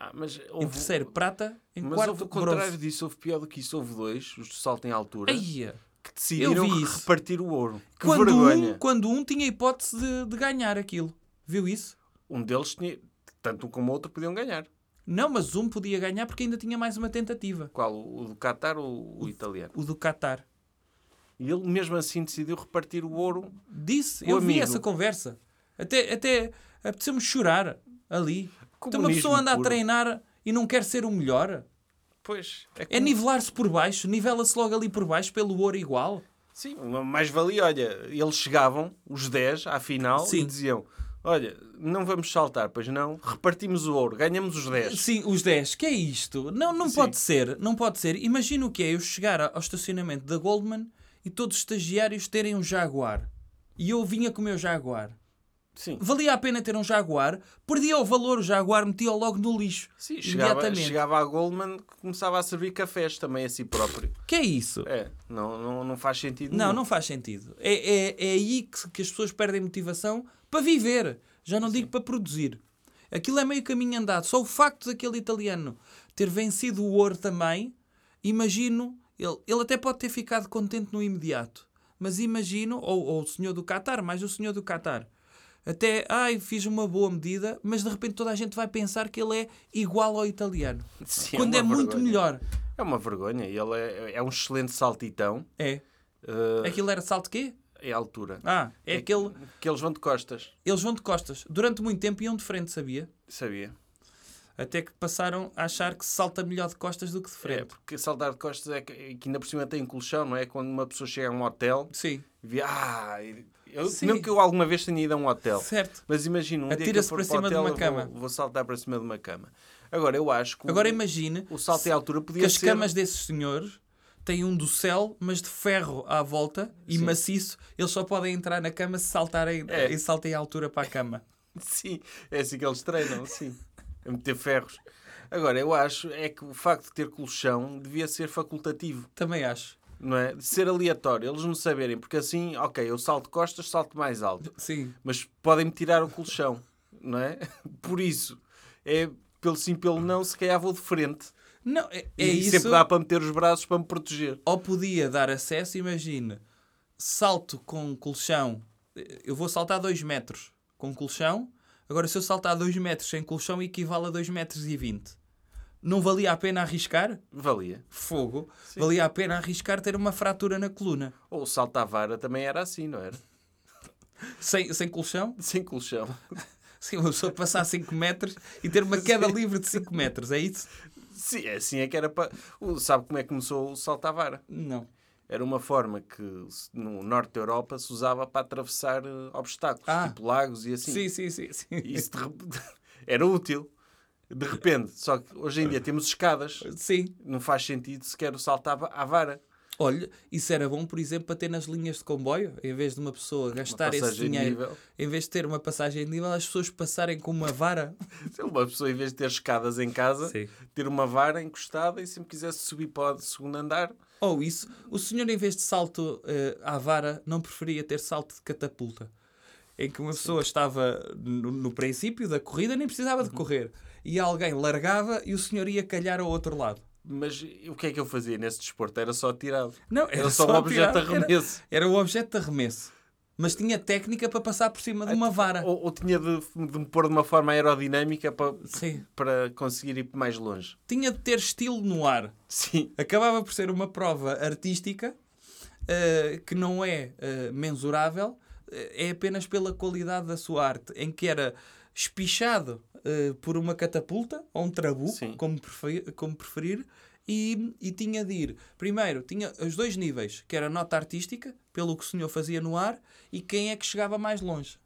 S2: Ah, mas
S3: Em
S2: houve-
S3: terceiro, prata. Em
S2: Mas houve
S3: quarto,
S2: o contrário
S3: bronze.
S2: disso, houve pior do que isso, houve dois, os de salto em altura,
S3: Aia!
S2: que decidiram
S3: eu vi isso.
S2: repartir o ouro. Que
S3: Quando um,
S2: vergonha!
S3: quando um tinha hipótese de- de ganhar aquilo. Viu isso?
S2: Um deles tinha, tanto um como o outro, podiam ganhar.
S3: Não, mas um podia ganhar porque ainda tinha mais uma tentativa.
S2: Qual? O do Qatar ou o italiano?
S3: O do Qatar.
S2: E ele mesmo assim decidiu repartir o ouro.
S3: Disse,
S2: O
S3: eu vi
S2: amigo.
S3: essa conversa. Até, até apeteceu-me chorar ali. Então uma
S2: Comunismo
S3: pessoa anda a
S2: puro.
S3: treinar e não quer ser o melhor.
S2: Pois, é,
S3: É
S2: como-
S3: nivelar-se por baixo, nivela-se logo ali por baixo pelo ouro igual.
S2: Sim, mais valia, olha, eles chegavam, os 10, à final,
S3: Sim.
S2: e diziam, olha, não vamos saltar, pois não, repartimos o ouro, ganhamos os 10.
S3: Sim, os 10, que é isto? Não, não pode ser, não pode ser. Imagina o que é eu chegar ao estacionamento da Goldman e todos os estagiários terem um Jaguar. E eu vinha com o meu Jaguar.
S2: Sim.
S3: Valia a pena ter um Jaguar, perdia o valor, o Jaguar metia logo no lixo.
S2: Sim, chegava,
S3: imediatamente.
S2: chegava à Goldman, começava a servir cafés também a si próprio.
S3: Que é isso?
S2: É, não, não, não faz sentido
S3: Não,
S2: nenhum.
S3: não faz sentido. É, é, é aí que, se- que as pessoas perdem motivação para viver. Já não digo para produzir. Aquilo é meio caminho andado. Só o facto daquele italiano ter vencido o ouro também, imagino, ele, ele até pode ter ficado contente no imediato. Mas imagino, ou, ou o senhor do Qatar, mais o senhor do Qatar, até, ai, fiz uma boa medida, mas de repente toda a gente vai pensar que ele é igual ao italiano.
S2: Sim,
S3: quando é,
S2: uma
S3: muito
S2: vergonha.
S3: melhor.
S2: É uma vergonha. e Ele é, é um excelente saltitão.
S3: É.
S2: eh,
S3: Aquilo era salto quê?
S2: é a altura.
S3: Ah, é aquele.
S2: Que eles vão de costas.
S3: Eles vão de costas. Durante muito tempo iam de frente, sabia?
S2: Sabia?
S3: Até que passaram a achar que se salta melhor de costas do que de
S2: É,
S3: frente.
S2: porque saltar de costas é que, é que ainda por cima tem um colchão, não é? Quando uma pessoa chega a um hotel
S3: Sim.
S2: e vê, ah, e- eu,
S3: Sim.
S2: mesmo que eu alguma vez tenha ido a um hotel.
S3: Certo.
S2: Mas imagina, um dia que eu
S3: Atira-se
S2: for
S3: para
S2: para o
S3: cima de
S2: hotel,
S3: uma
S2: eu
S3: cama.
S2: Vou, vou saltar para cima de uma cama. Agora, eu acho que o-
S3: Agora imagine
S2: o salto é em altura podia
S3: que as
S2: ser...
S3: camas desses senhores têm um dossel, mas de ferro à volta e maciço. Eles só podem entrar na cama se saltarem
S2: É.
S3: e saltem à altura para a cama.
S2: <laughs> Sim, é assim que eles treinam, sim. A meter ferros. Agora, eu acho é que o facto de ter colchão devia ser facultativo,
S3: Também acho.
S2: não é? De ser aleatório, eles não saberem, porque assim, ok, eu salto costas, salto mais alto,
S3: Sim.
S2: mas podem-me tirar o colchão, não é? <laughs> Por isso, é pelo sim, pelo não, se calhar vou de frente.
S3: Não, é, é
S2: e
S3: isso.
S2: sempre dá para meter os braços para me proteger.
S3: Ou podia dar acesso, imagina, salto com colchão. Eu vou saltar 2 metros com colchão. Agora, se eu saltar 2 metros sem colchão, equivale a 2 metros e 20. Não valia a pena arriscar?
S2: Valia.
S3: Fogo. Valia a pena arriscar ter uma fratura na coluna.
S2: Ou o salto à vara também era assim, não era? <laughs>
S3: Sem, sem colchão?
S2: Sem colchão.
S3: Sim, uma pessoa passar 5 metros e ter uma queda livre de 5 metros, é isso?
S2: Sim, assim é que era para. o- Sabe como é que começou o salto à vara?
S3: Não.
S2: Era uma forma que se- no norte da Europa se usava para atravessar eh, obstáculos,
S3: Ah.
S2: tipo lagos e assim.
S3: Sim, sim, sim. sim.
S2: E Isso de rep- <laughs> era útil. De repente, só que hoje em dia temos escadas.
S3: Sim.
S2: Não faz sentido sequer o salto à va- à vara.
S3: Olha, isso era bom, por exemplo, para ter nas linhas de comboio, em vez de uma pessoa gastar esse
S2: passagem de
S3: dinheiro,
S2: nível.
S3: em vez de ter uma passagem de nível, as pessoas passarem com uma
S2: <laughs>
S3: vara.
S2: Se Uma pessoa, em vez de ter escadas em casa,
S3: Sim.
S2: ter uma vara encostada e sempre quisesse subir para o segundo andar,
S3: Ou isso, o senhor, em vez de salto eh, à vara, não preferia ter salto de catapulta, em que uma pessoa estava no, no princípio da corrida, nem precisava de
S2: Uhum.
S3: correr, e alguém largava e o senhor ia calhar ao outro lado.
S2: Mas o que é que eu fazia nesse desporto? Era só tirado.
S3: Não,
S2: Era só um objeto de
S3: tirar- era-
S2: arremesso.
S3: Era, um objeto de arremesso. Mas tinha técnica para passar por cima de uma vara.
S2: Ou, ou tinha de, de me pôr de uma forma aerodinâmica para,
S3: Sim.
S2: para conseguir ir mais longe.
S3: Tinha de ter estilo no ar.
S2: <laughs> Sim.
S3: acabava por ser uma prova artística eh, que não é eh, mensurável, eh, é apenas pela qualidade da sua arte, em que era espichado eh, por uma catapulta ou um
S2: Sim.
S3: trabuco, como, prefe- como preferir, e, e tinha de ir. Primeiro, tinha os dois níveis, que era a nota artística, pelo que o senhor fazia no ar, e quem é que chegava mais longe.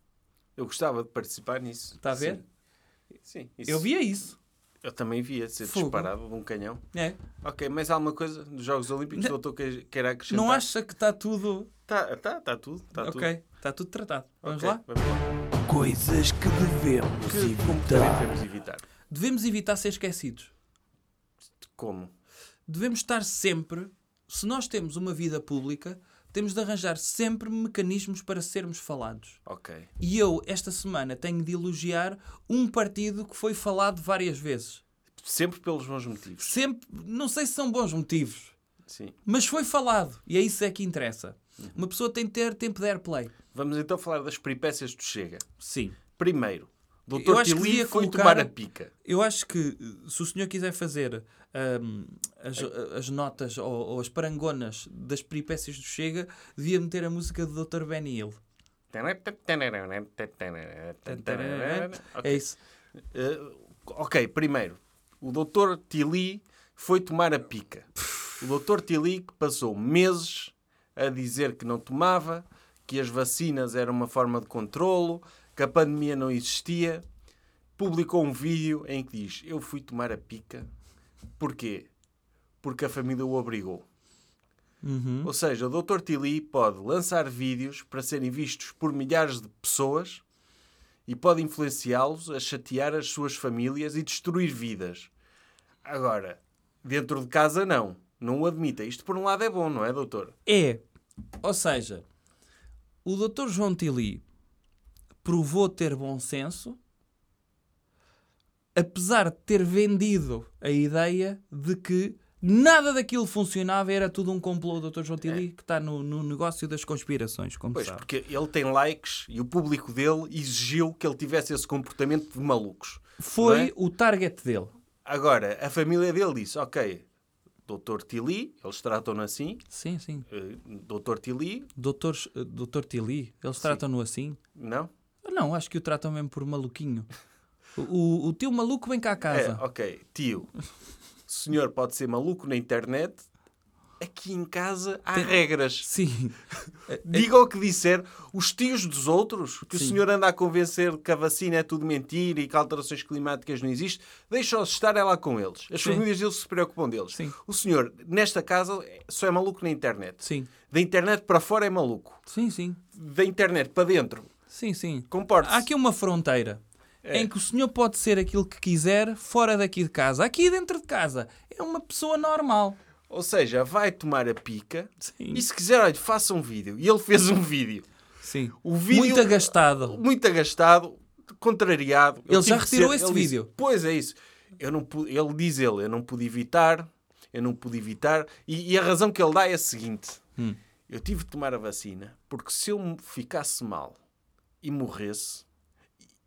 S2: Eu gostava de participar nisso.
S3: Está Tá a ver?
S2: Sim. Sim. Isso-
S3: Eu via isso.
S2: Eu também via ser
S3: Fogo.
S2: disparado de um canhão.
S3: É.
S2: Ok, mais alguma coisa dos Jogos Olímpicos que o
S3: Não-
S2: doutor que- queira acrescentar?
S3: Não acha que está tudo.
S2: Está tá, tá tudo. Tá tudo.
S3: ok, está tudo tratado. Vamos
S2: Ok,
S3: lá?
S2: Vamos lá.
S1: Coisas que devemos
S2: Que comportamento
S1: evitar.
S2: devemos evitar?
S3: Devemos evitar ser esquecidos.
S2: Como?
S3: devemos estar sempre, se nós temos uma vida pública, temos de arranjar sempre mecanismos para sermos falados.
S2: Ok.
S3: E eu, esta semana, tenho de elogiar um partido que foi falado várias vezes.
S2: Sempre pelos bons motivos.
S3: Sempre, não sei se são bons motivos,
S2: Sim.
S3: mas foi falado. E é isso é que interessa. Uma pessoa tem de ter tempo de airplay.
S2: Vamos então falar das peripécias do Chega.
S3: Sim.
S2: Primeiro,
S3: Eu
S2: Dr.
S3: acho que
S2: Tili
S3: devia
S2: foi
S3: colocar-
S2: tomar a pica.
S3: Eu acho que se o senhor quiser fazer hum, as, as notas ou, ou as parangonas das peripécias do Chega, devia meter a música do Dr. Benny Hill. É
S2: Ok,
S3: isso.
S2: Eh, ok, primeiro, o Dr. Tili foi tomar a pica. O Dr. Tili que passou meses a dizer que não tomava, que as vacinas eram uma forma de controlo, que a pandemia não existia, publicou um vídeo em que diz: Eu fui tomar a pica. Porquê? Porque a família o obrigou. Ou seja, o Dr. Tili pode lançar vídeos para serem vistos por milhares de pessoas e pode influenciá-los a chatear as suas famílias e destruir vidas. Agora, dentro de casa, não. Não o admita. Isto, por um lado, é bom, não é, doutor?
S3: É. Ou seja, o Dr. João Tili provou ter bom senso, apesar de ter vendido a ideia de que nada daquilo funcionava, era tudo um complô do Dr. João Tilly, que está no, no negócio das conspirações, como
S2: É. Pois,
S3: sabe.
S2: porque ele tem likes e o público dele exigiu que ele tivesse esse comportamento de malucos.
S3: Foi
S2: não é?
S3: o target dele.
S2: Agora, a família dele disse: Ok, Dr. Tilly, eles tratam-no assim,
S3: Sim, sim.
S2: eh, Dr. Tilly,
S3: Doutor, eh, doutor Tilly, eles tratam-no assim.
S2: não?
S3: Não, acho que o tratam mesmo
S2: <laughs>
S3: por maluquinho. O- O, o tio maluco vem cá a
S2: É,
S3: casa.
S2: ok, tio, o senhor pode ser maluco na internet, aqui em casa há regras. <laughs>
S3: Sim.
S2: Diga o que disser, os tios dos outros, que
S3: É, Sim.
S2: o senhor anda a convencer que a vacina é tudo mentira e que alterações climáticas não existem, deixa-os estar é lá com eles. As
S3: Sim.
S2: famílias deles se preocupam deles.
S3: Sim.
S2: O senhor, nesta casa, só é maluco na internet.
S3: Sim.
S2: Da internet para fora é maluco.
S3: Sim, sim.
S2: Da internet para dentro,
S3: Sim, sim.
S2: comporte-se. É.
S3: Há aqui uma fronteira em que o senhor pode ser aquilo que quiser fora daqui de casa. Aqui dentro de casa é uma pessoa normal.
S2: Ou seja, vai tomar a pica
S3: Sim.
S2: e se quiser, olha, faça um vídeo. E ele fez um vídeo.
S3: Sim.
S2: O vídeo-
S3: Muito agastado.
S2: muito agastado, contrariado. Eu
S3: Ele já
S2: tive que
S3: retirou esse
S2: ele disse,
S3: vídeo.
S2: pois é isso. Eu não pude, ele diz ele, eu não pude evitar, eu não pude evitar. E, e a razão que ele dá é a seguinte.
S3: Hum.
S2: Eu tive de tomar a vacina porque se eu me ficasse mal e morresse,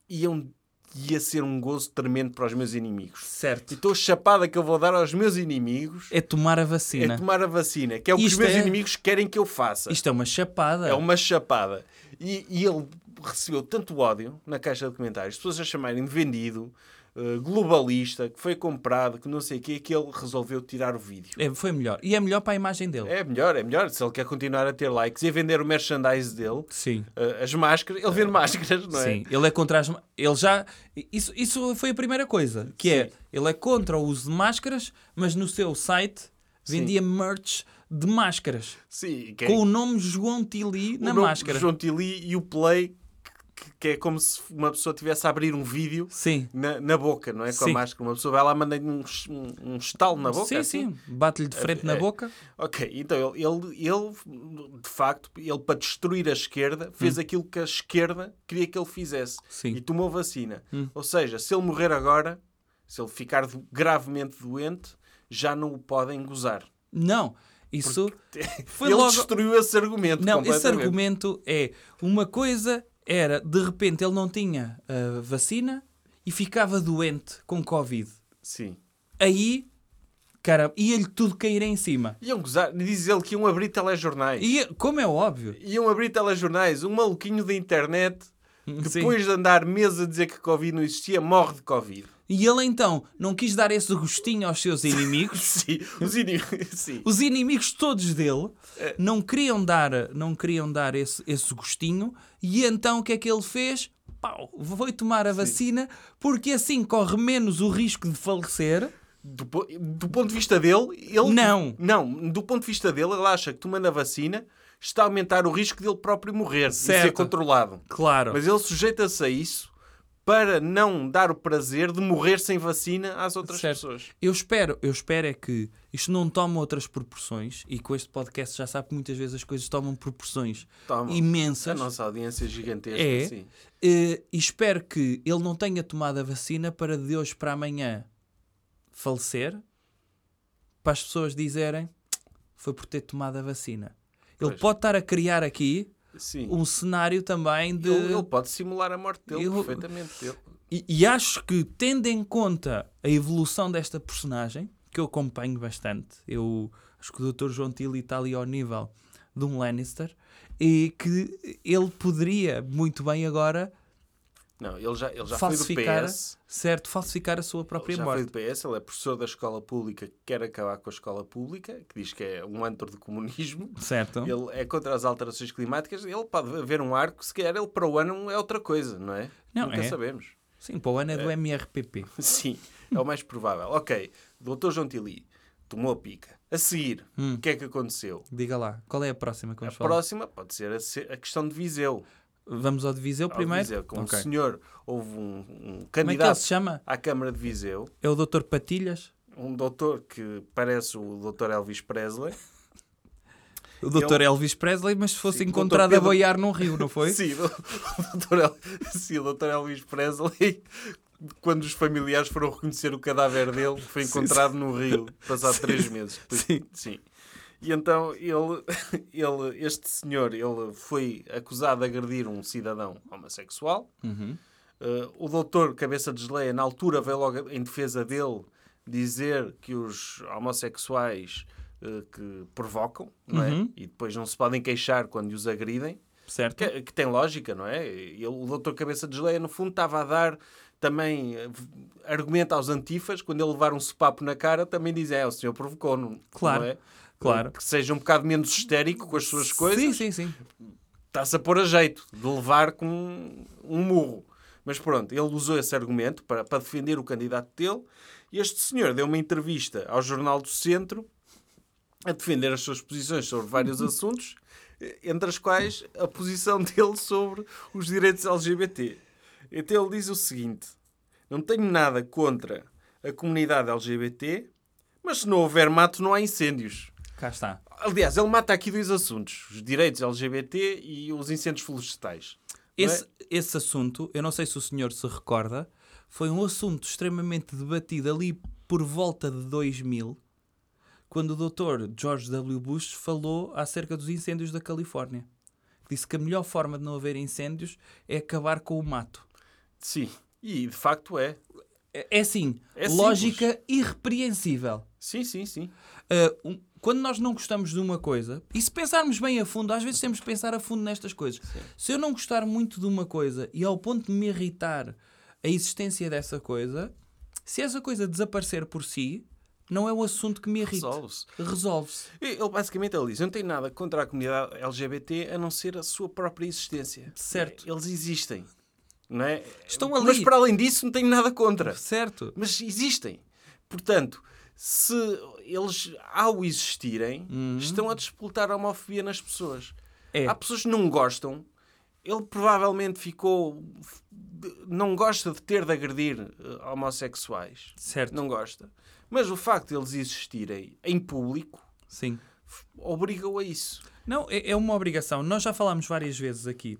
S2: iam, ia ser um gozo tremendo para os meus inimigos. E
S3: Certo.
S2: estou chapada que eu vou dar aos meus inimigos
S3: É tomar a
S2: é
S3: vacina.
S2: tomar a vacina, que é o que
S3: Isto
S2: os meus
S3: é-
S2: inimigos querem que eu faça.
S3: Isto é uma chapada.
S2: É uma chapada. E, e ele recebeu tanto ódio na caixa de comentários, pessoas a chamarem de vendido, eh, globalista, que foi comprado, que não sei o quê, que ele resolveu tirar o vídeo.
S3: É, foi melhor. E é melhor para a imagem dele.
S2: É melhor, é melhor. Se ele quer continuar a ter likes e a vender o merchandise dele,
S3: Sim.
S2: eh, as máscaras, ele vende máscaras, não é?
S3: Sim, ele é contra as. ma- Ele já. Isso, isso foi a primeira coisa. Que é.
S2: Sim.
S3: Ele é contra o uso de máscaras, mas no seu site vendia merch de máscaras.
S2: Sim, que é-
S3: Com o nome João Tilly
S2: o
S3: na
S2: nome
S3: máscara.
S2: João Tilly e o Play, que, que é como se uma pessoa estivesse a abrir um vídeo
S3: Sim.
S2: na, na boca, não é? Com
S3: Sim.
S2: a máscara. Uma pessoa vai lá, manda um, es- um, um estalo na boca.
S3: sim,
S2: assim.
S3: sim. Bate-lhe de frente na
S2: É.
S3: boca.
S2: Ok, então ele, ele, ele, de facto, ele para destruir a esquerda, fez aquilo que a esquerda queria que ele fizesse.
S3: Hum. Sim. Hum.
S2: E tomou vacina. Ou seja, se ele morrer agora, se ele ficar do- gravemente doente, já não o podem gozar.
S3: Não. Isso
S2: <laughs>
S3: foi
S2: ele
S3: logo.
S2: destruiu esse argumento
S3: Não, esse
S2: completamente.
S3: argumento é uma coisa era de repente ele não tinha a vacina e ficava doente com Covid.
S2: Sim.
S3: Aí, cara, ia-lhe tudo cair em cima.
S2: Iam gozar. Diz ele que iam abrir telejornais.
S3: E, como é óbvio,
S2: Iam abrir telejornais. Um maluquinho da internet,
S3: Hum, Sim.
S2: depois de andar meses a dizer que Covid não existia, morre de Covid. <laughs>
S3: e ele então não quis dar esse gostinho aos seus inimigos.
S2: Sim. Os inimigos... <laughs> Sim.
S3: Os inimigos todos dele não queriam dar, não queriam dar esse, esse gostinho. E então o que é que ele fez? Pau, vou tomar a vacina porque assim corre menos o risco de falecer.
S2: Do, po- do ponto de vista dele, ele.
S3: Não.
S2: Não, do ponto de vista dele, ele acha que tomando a vacina está a aumentar o risco dele próprio morrer e
S3: Certo.
S2: ser controlado.
S3: Claro.
S2: Mas ele sujeita-se a isso para não dar o prazer de morrer sem vacina às outras
S3: Certo.
S2: pessoas.
S3: Eu espero, eu espero é que isto não tome outras proporções e com este podcast já sabe que muitas vezes as coisas tomam proporções
S2: Toma. A
S3: imensas.
S2: nossa audiência é gigantesca.
S3: assim, É.
S2: Sim.
S3: Eh, e espero que ele não tenha tomado a vacina para de hoje para amanhã falecer, para as pessoas dizerem foi por ter tomado a vacina. Ele
S2: Pois.
S3: pode estar a criar aqui
S2: Sim.
S3: um cenário também de.
S2: Ele, ele pode simular a morte dele
S3: Eu-
S2: perfeitamente. Ele-
S3: E, e acho que, tendo em conta a evolução desta personagem, que eu acompanho bastante, eu acho que o Dr. João Tilly está ali ao nível de um Lannister, e que ele poderia muito bem agora
S2: Não, ele já, ele já foi do
S3: falsificar,
S2: PS.
S3: certo, falsificar a sua própria
S2: já
S3: morte.
S2: foi do PS, ele é professor da escola pública que quer acabar com a escola pública, que diz que é um antro de comunismo.
S3: Certo?
S2: Ele é contra as alterações climáticas, ele pode haver um arco, se calhar ele para o ano é outra coisa, não é?
S3: Não,
S2: Nunca
S3: é.
S2: sabemos. <laughs>
S3: Sim, para o ano é do MRPP.
S2: Sim, é o mais provável. Ok, Dr. João Tilly tomou a pica. A seguir, o que é que aconteceu?
S3: Diga lá, qual é a próxima que
S2: A
S3: vamos Hum. falar?
S2: próxima pode ser a, se- a questão de Viseu.
S3: Vamos ao de Viseu
S2: Ao
S3: primeiro?
S2: Viseu, com
S3: Ok.
S2: o senhor, houve um, um
S3: Como é que ele se
S2: candidato
S3: chama?
S2: à Câmara de Viseu,
S3: É o Dr. Patilhas?
S2: um doutor que parece o Dr. Elvis Presley.
S3: O Dr. Elvis Presley, mas se fosse
S2: É um- Sim, Dr.
S3: encontrado a
S2: Pedro- <laughs>
S3: boiar num rio, não foi?
S2: Sim, o, o, doutor El, sim, o doutor Elvis Presley quando os familiares foram reconhecer o cadáver dele, que foi
S3: Sim,
S2: encontrado no Rio, passado três meses. Pois-
S3: Sim.
S2: Sim. E então ele, <laughs> ele, este senhor, ele foi acusado de agredir um cidadão homossexual.
S3: Uhum.
S2: Eh, o doutor Cabeça de Geleia, na altura, veio logo em defesa dele dizer que os homossexuais eh, que provocam, não é?
S3: Uhum.
S2: E depois não se podem queixar quando os agridem.
S3: Certo?
S2: Que, que tem lógica, não é? Ele, o doutor Cabeça de Geleia, no fundo, estava a dar também eh, v- argumento aos antifas, quando ele levar um sopapo na cara, também diz, é, o senhor provocou, não,
S3: Claro,
S2: não é?
S3: claro.
S2: Que seja um bocado menos histérico com as suas coisas
S3: Sim, sim, sim.
S2: está-se a pôr a jeito de levar com um- um murro. Mas pronto, ele usou esse argumento para, para defender o candidato dele. E este senhor deu uma entrevista ao Jornal do Centro a defender as suas posições sobre vários assuntos, eh, entre as quais a posição dele sobre os direitos LGBT. Então ele diz o seguinte: Não tenho nada contra a comunidade LGBT, mas se não houver mato, não há incêndios.
S3: Cá está.
S2: Aliás, ele mata aqui dois assuntos: os direitos LGBT e os incêndios florestais. Não é?
S3: Esse, esse assunto, eu não sei se o senhor se recorda, foi um assunto extremamente debatido ali por volta de 2000, quando o Dr. George W. Bush falou acerca dos incêndios da Califórnia. Disse que a melhor forma de não haver incêndios é acabar com o mato.
S2: Sim, e de facto é.
S3: É, é assim,
S2: É simples.
S3: lógica irrepreensível.
S2: Sim, sim, sim.
S3: Uh, um- quando nós não gostamos de uma coisa, e se pensarmos bem a fundo, às vezes temos que pensar a fundo nestas coisas. Se eu não gostar muito de uma coisa e ao ponto de me irritar a existência dessa coisa, se essa coisa desaparecer por si, não é o assunto que me irrita.
S2: Resolve-se.
S3: Resolve-se.
S2: E Ele basicamente ele diz: Eu não tenho nada contra a comunidade LGBT a não ser a sua própria existência.
S3: Certo.
S2: Eles existem. Não é?
S3: Estão ali.
S2: Mas para além disso, não tenho nada contra.
S3: Certo.
S2: Mas existem. Portanto, se eles, ao existirem, estão a disputar a homofobia nas pessoas.
S3: Uhum. É.
S2: Há pessoas que não gostam. Ele provavelmente ficou. de- Não gosta de ter de agredir eh, homossexuais.
S3: Certo.
S2: Não gosta. Mas o facto de eles existirem em público
S3: Sim.
S2: f- obriga-o a isso.
S3: Não, é, é uma obrigação. Nós já falámos várias vezes aqui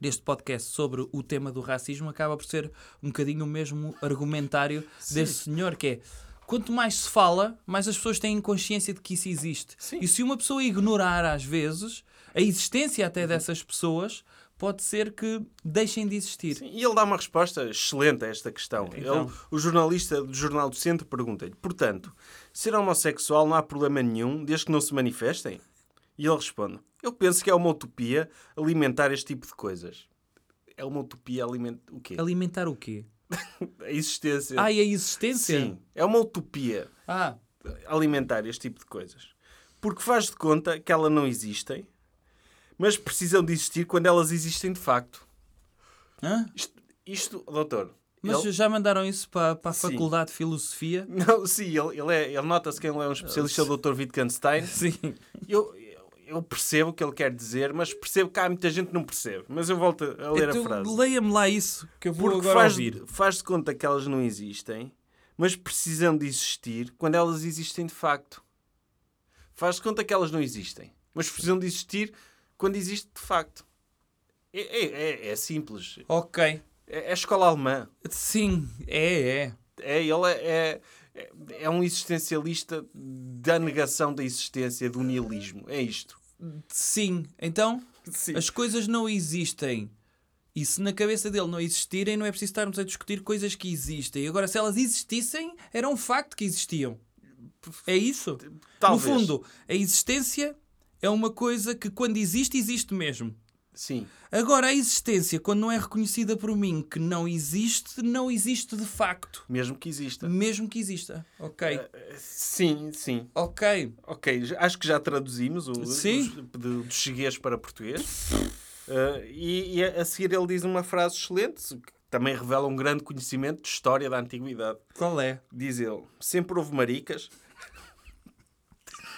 S3: neste podcast sobre o tema do racismo. Acaba por ser um bocadinho o mesmo argumentário desse senhor que é. Quanto mais se fala, mais as pessoas têm consciência de que isso existe.
S2: Sim.
S3: E se uma pessoa ignorar, às vezes, a existência até dessas pessoas, pode ser que deixem de existir.
S2: Sim, e ele dá uma resposta excelente a esta questão.
S3: Então.
S2: Ele- o jornalista do Jornal do Centro pergunta-lhe: portanto, ser homossexual não há problema nenhum desde que não se manifestem? E ele responde: eu penso que é uma utopia alimentar este tipo de coisas. É uma utopia alimentar o quê?
S3: Alimentar o quê?
S2: A existência.
S3: Ah, e a existência?
S2: Sim, é uma utopia
S3: Ah,
S2: alimentar este tipo de coisas. Porque faz de conta que elas não existem, mas precisam de existir quando elas existem de facto.
S3: hã?
S2: Isto, isto doutor.
S3: mas
S2: ele-
S3: já mandaram isso para, para a
S2: Sim.
S3: Faculdade de Filosofia?
S2: Não, sim, ele, ele, é, ele nota-se que ele é um especialista, o Dr. Wittgenstein.
S3: Sim.
S2: Eu, eu, eu percebo o que ele quer dizer, mas percebo que há muita gente que não percebe. Mas eu volto a ler
S3: Então,
S2: a frase.
S3: Leia-me lá isso que eu vou
S2: Porque
S3: agora
S2: faz,
S3: ouvir.
S2: faz de conta que elas não existem, mas precisam de existir quando elas existem de facto. Faz de conta que elas não existem, mas precisam de existir quando existe de facto. É, é, é- é simples.
S3: Ok.
S2: É, é escola alemã.
S3: Sim, é, é.
S2: É, ele é, é, é um existencialista da negação da existência, do niilismo. É isto.
S3: Sim. Então,
S2: Sim.
S3: as coisas não existem. E se na cabeça dele não existirem, não é preciso estarmos a discutir coisas que existem. Agora, se elas existissem, era um facto que existiam. É isso?
S2: Talvez.
S3: No fundo, a existência é uma coisa que quando existe, existe mesmo.
S2: Sim.
S3: Agora, a existência, quando não é reconhecida por mim que não existe, não existe de facto.
S2: Mesmo que exista.
S3: Mesmo que exista.
S2: Eh,
S3: Ok.
S2: Sim, sim.
S3: Ok.
S2: Ok, já- acho que já traduzimos o,
S3: Sim.
S2: os- de, do cheguês para português. Uh, e, e a a seguir ele diz uma frase excelente, que também revela um grande conhecimento de história da antiguidade.
S3: Qual é?
S2: Diz ele: sempre houve maricas. <laughs>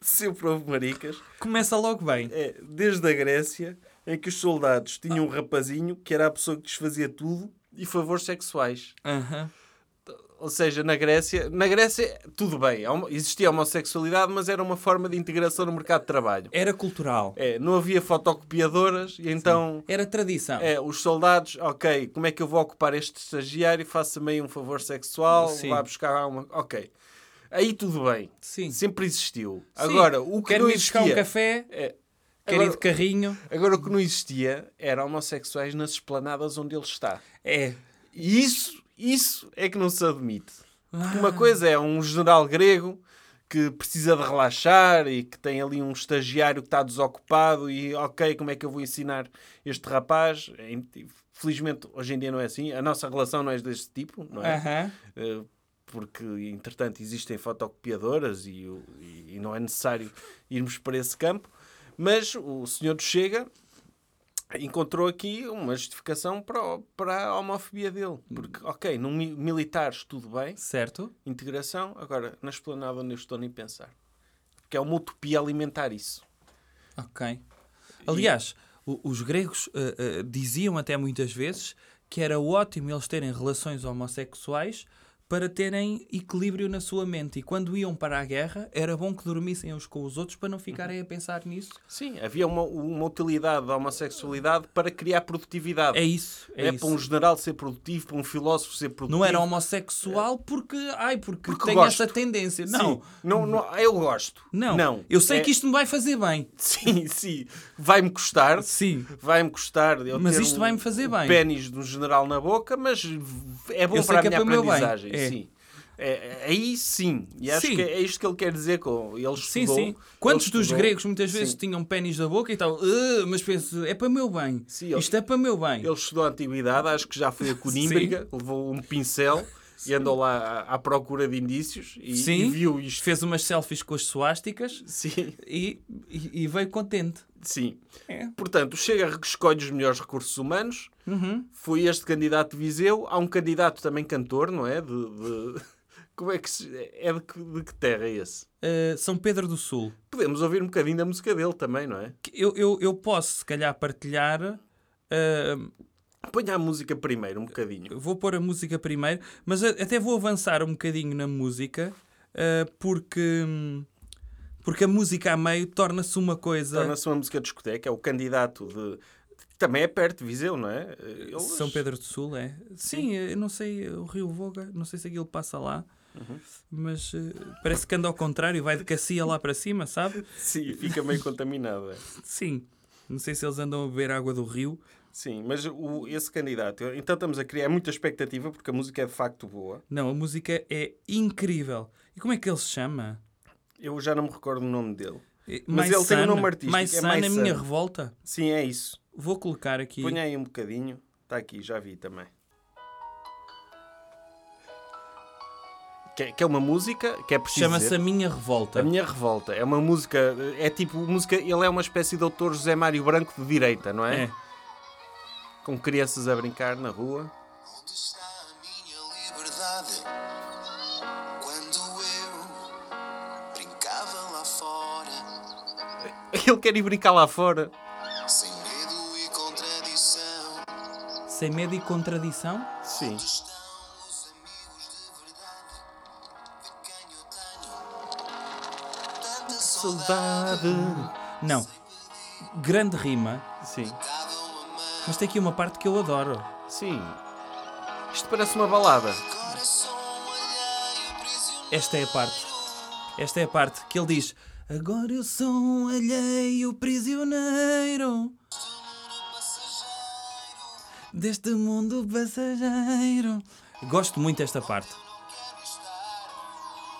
S2: sempre houve maricas.
S3: Começa logo bem.
S2: É, desde a Grécia, em que os soldados tinham um rapazinho que era a pessoa que lhes fazia tudo e favores sexuais.
S3: Aham.
S2: Ou seja, na Grécia, na Grécia tudo bem, há uma- existia a homossexualidade, mas era uma forma de integração no mercado de trabalho.
S3: Era cultural.
S2: É, não havia fotocopiadoras e então
S3: Era tradição.
S2: é, os soldados, ok, como é que eu vou ocupar este estagiário? Faça-me aí um favor sexual,
S3: Sim.
S2: vá buscar uma. Ok. Aí tudo bem.
S3: Sim.
S2: Sempre existiu.
S3: Sim.
S2: Agora, o que
S3: Quero
S2: não
S3: ir buscar um
S2: existia-
S3: café,
S2: É.
S3: quero ir de
S2: Agora,
S3: carrinho.
S2: agora, o que não existia era homossexuais nas esplanadas onde ele está.
S3: É.
S2: E isso, isso é que não se admite. Porque Uma coisa é um general grego que precisa de relaxar e que tem ali um estagiário que está desocupado e ok, como é que eu vou ensinar este rapaz? É Felizmente hoje em dia não é assim. A nossa relação não é deste tipo, não é?
S3: Aham.
S2: Eh, Porque, entretanto, existem fotocopiadoras e, o- e não é necessário irmos para esse campo. Mas o senhor do Chega encontrou aqui uma justificação para, o- para a homofobia dele. Porque, ok, no mi- militares tudo bem,
S3: Certo?
S2: integração, agora na esplanada onde eu estou nem pensar. Porque é uma utopia alimentar isso.
S3: Ok. Aliás, o- os gregos eh, eh, diziam até muitas vezes que era ótimo eles terem relações homossexuais para terem equilíbrio na sua mente. E quando iam para a guerra, era bom que dormissem uns com os outros para não ficarem a pensar nisso.
S2: Sim, havia uma, uma utilidade da homossexualidade para criar produtividade.
S3: É isso. É,
S2: É
S3: isso.
S2: para um general ser produtivo, para um filósofo ser produtivo.
S3: Não era homossexual porque, ai, porque,
S2: Porque
S3: tem
S2: gosto.
S3: essa tendência.
S2: Sim, É-
S3: Não, hum.
S2: não, não, eu gosto.
S3: não. Eu sei que isto me vai fazer bem.
S2: <laughs> Sim, sim. Vai-me custar.
S3: Sim.
S2: Vai-me custar. Eu
S3: Mas
S2: ter
S3: isto
S2: um-
S3: vai-me fazer
S2: um
S3: bem.
S2: Pênis de um general na boca, mas v- é bom
S3: Eu sei
S2: para a
S3: que é
S2: minha
S3: para o meu bem.
S2: aprendizagem.
S3: É.
S2: Sim. É, aí sim. E acho
S3: Sim.
S2: que é isto que ele quer dizer com. Ele
S3: Sim,
S2: estudou.
S3: sim.
S2: ele
S3: Quantos dos
S2: estudou.
S3: gregos muitas vezes
S2: Sim.
S3: tinham pênis na boca e tal? "Ah, mas penso, é para o meu bem.
S2: Sim, ele-
S3: Isto é para o meu bem.
S2: Ele estudou a antiguidade, acho que já foi
S3: <laughs>
S2: a Conímbriga, levou um pincel e andou lá à, à procura de indícios e,
S3: Sim.
S2: e viu isto.
S3: Fez umas selfies com as suásticas
S2: Sim,
S3: e, e, e veio contente.
S2: sim.
S3: É.
S2: Portanto, o Chega escolhe os melhores recursos humanos.
S3: Uhum.
S2: Foi este candidato de Viseu. Há um candidato também cantor, não é? De, de- <laughs> Como é que se... É de que, de que terra é esse?
S3: Ah, São Pedro do Sul.
S2: Podemos ouvir um bocadinho da música dele também, não é?
S3: Que Eu, eu, eu posso, se calhar, partilhar. ah,
S2: Ponha a música primeiro, um bocadinho.
S3: Vou pôr a música primeiro, mas a- até vou avançar um bocadinho na música, ah, porque, porque a música a meio torna-se uma coisa.
S2: Torna-se uma música de discoteca. É o candidato de... Também é perto de Viseu, não é? Eles-
S3: São Pedro do Sul, é? Sim, eu não sei, eh, o Rio Voga, não sei se aquilo passa lá,
S2: Uhum.
S3: mas eh, parece que anda ao contrário, vai de Cacia lá para
S2: <laughs>
S3: cima, sabe?
S2: Sim, fica meio contaminada.
S3: Sim. Não sei se eles andam a beber água do rio.
S2: Sim, mas o, esse candidato... Então estamos a criar muita expectativa porque a música é de facto boa.
S3: Não, a música é incrível. E como é que ele se chama?
S2: Eu já não me recordo o nome dele.
S3: Eh,
S2: Mas
S3: My
S2: ele tem um
S3: Son.
S2: nome artístico,
S3: My
S2: é
S3: Son,
S2: My
S3: a minha
S2: Son.
S3: revolta.
S2: Sim, é isso.
S3: Vou colocar aqui.
S2: Ponha aí um bocadinho. Está aqui, já vi também. Que, é- que é uma música que é preciso
S3: Chama-se A
S2: dizer.
S3: Minha Revolta.
S2: A Minha Revolta. É uma música... É tipo música... Ele é uma espécie de autor José Mário Branco de direita, não é?
S3: É.
S2: Com crianças a brincar na rua. <laughs>
S4: Onde está a minha liberdade? Quando eu brincava lá fora,
S2: Ele quer ir brincar lá fora.
S4: sem medo e contradição,
S3: Sem medo e contradição?
S2: Sim.
S4: estão os amigos de verdade, de quem eu tenho tanta saudade.
S2: Saudade.
S3: Não. Grande rima,
S2: Sim.
S4: Dava uma mão,
S3: mas tem aqui uma parte que eu adoro.
S2: Sim. Isto parece uma balada.
S4: agora sou um alheio prisioneiro.
S3: Esta é a parte. Esta é a parte que ele diz: Agora eu sou um alheio prisioneiro deste mundo passageiro. Gosto muito desta parte.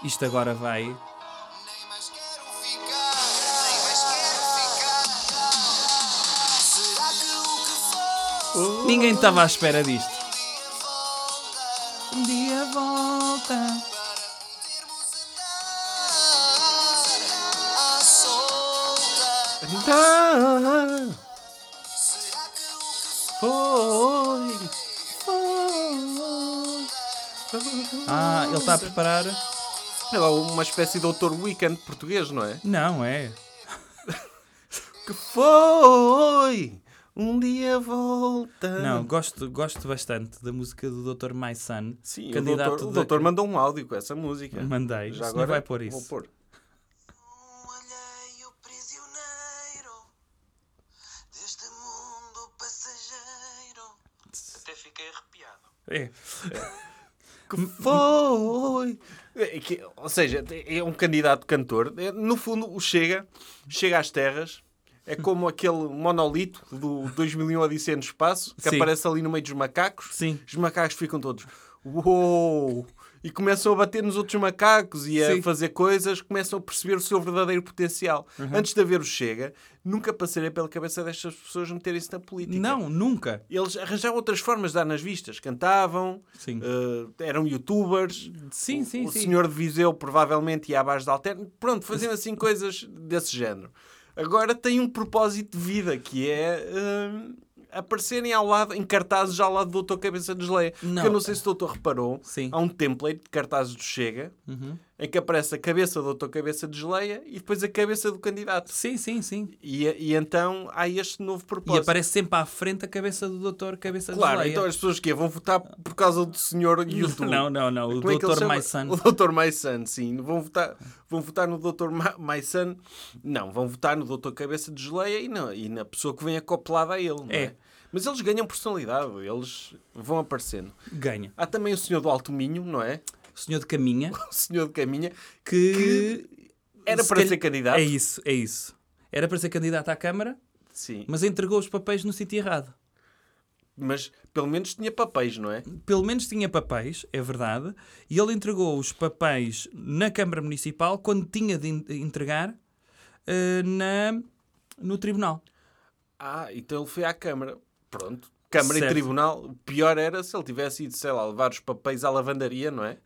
S3: Isto agora vai.
S4: Nem mais quero ficar, nem mais quero ficar. Será que o que for
S3: Ninguém estava à espera disto.
S4: um dia volta?
S3: Um dia volta.
S4: Para podermos andar à solta.
S2: Tá.
S4: Será que o que
S2: Foi.
S3: Ah, ele está a preparar.
S2: É lá uma espécie de doutor weekend
S3: é.
S2: português, não é?
S3: Não, é.
S2: Que foi Um dia volta.
S3: Não, gosto, gosto bastante da música do Dr. My Son.
S2: Sim, o
S3: candidato
S2: doutor, o
S3: da-
S2: doutor mandou um áudio com essa música.
S3: Mandei. O senhor vai pôr isso.
S2: Vou pôr.
S4: Um alheio prisioneiro deste mundo passageiro. Até fiquei arrepiado.
S3: É.
S2: Que foi! É que- ou seja, é um candidato cantor. É, No fundo, o Chega, Chega às terras, é como aquele monolito do 2001 Odisseia no Espaço, que
S3: Sim.
S2: aparece ali no meio dos macacos.
S3: Sim.
S2: Os macacos ficam todos... Uou! E começam a bater nos outros macacos e a
S3: Sim.
S2: fazer coisas, começam a perceber o seu verdadeiro potencial.
S3: Uhum.
S2: Antes de haver o Chega, nunca passaria pela cabeça destas pessoas meterem-se na política.
S3: Não, nunca.
S2: Eles arranjavam outras formas de dar nas vistas. Cantavam,
S3: Sim.
S2: eh, eram youtubers.
S3: Sim,
S2: o,
S3: sim,
S2: o
S3: sim.
S2: senhor de Viseu provavelmente ia à base de alterno. Pronto, faziam
S3: <laughs>
S2: assim coisas desse género. Agora tem um propósito de vida que é eh, aparecerem ao lado, em cartazes ao lado do Doutor Cabeça de Geleia.
S3: Não.
S2: Porque eu não sei se o Doutor reparou,
S3: Sim. Uhum.
S2: há um template de cartazes do Chega em que aparece a cabeça do Doutor Cabeça de Geleia e depois a cabeça do candidato.
S3: Sim, sim, sim.
S2: E, e então há este novo
S3: E
S2: propósito.
S3: aparece sempre à frente a cabeça do doutor, cabeça
S2: Claro,
S3: de geleia. <laughs>
S2: então as pessoas que vão votar por causa do senhor YouTube.
S3: é. Não, não, não. O
S2: Como é que ele
S3: doutor
S2: chama?
S3: My Son.
S2: O doutor My Son, sim. Vão votar, vão votar no doutor Ma- My Son. Não, vão votar no doutor Cabeça de Geleia e, não, e na pessoa que vem acoplada a ele. não é?
S3: É.
S2: Mas eles ganham personalidade, eles vão aparecendo.
S3: Ganha.
S2: Há também o senhor do Alto Minho, não é? <laughs>
S3: O senhor de caminha
S2: O senhor de Caminha.
S3: que...
S2: Era
S3: se
S2: para
S3: calhar-
S2: ser candidato.
S3: É isso, é isso. Era para ser candidato à Câmara,
S2: Sim. Mas...
S3: mas entregou os papéis no sítio errado.
S2: pelo menos tinha papéis, não é?
S3: Pelo menos tinha papéis, é verdade, e ele entregou os papéis na Câmara Municipal quando tinha de en- entregar eh, na, no Tribunal.
S2: Ah, então ele foi à Câmara. Pronto. Câmara e
S3: Certo.
S2: Tribunal. O pior era se ele tivesse ido, sei lá, levar os papéis à lavandaria, não <laughs> é?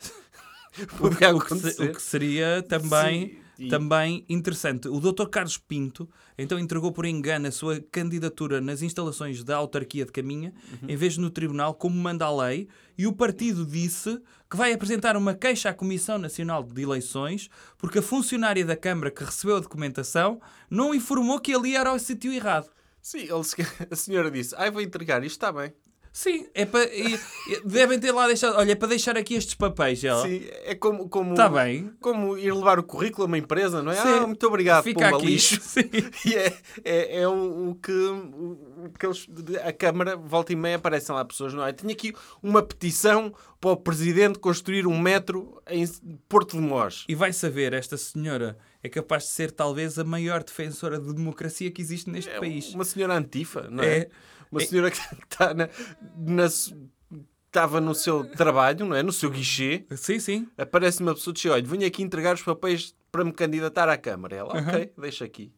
S2: Podia
S3: O que, se-
S2: acontecer.
S3: o que seria também,
S2: Sim, e-
S3: também interessante. O Dr. Carlos Pinto então entregou por engano a sua candidatura nas instalações da autarquia de Caminha,
S2: Uhum.
S3: em vez de no tribunal, como manda a lei, e o partido disse que vai apresentar uma queixa à Comissão Nacional de Eleições porque a funcionária da Câmara que recebeu a documentação não informou que ali era o sítio errado.
S2: Sim, ele se- <laughs> a senhora disse, ai, vou entregar, isto está bem.
S3: Sim, é para. e- e- Devem ter lá deixado. Olha, é para deixar aqui estes papéis. Ela.
S2: Sim, é como, como,
S3: Está bem.
S2: como ir levar o currículo a uma empresa, não é?
S3: Sim.
S2: Ah, muito obrigado,
S3: Fica
S2: pumba,
S3: aqui.
S2: <laughs> lixo.
S3: Sim.
S2: E é, é, é o, o que, o que eles, a Câmara, volta e meia, aparecem lá pessoas, não é? Tinha aqui uma petição para o Presidente construir um metro em Porto de Mós.
S3: E vai saber, esta senhora é capaz de ser talvez a maior defensora de democracia que existe neste
S2: É
S3: país.
S2: uma senhora antifa, não é?
S3: É.
S2: Uma
S3: É.
S2: senhora que <laughs> está na... na su- Estava no seu trabalho, não é? No seu guichê.
S3: Sim, sim.
S2: aparece uma pessoa e diz: Olha, venho aqui entregar os papéis para me candidatar à Câmara. Ela, ok, deixa aqui.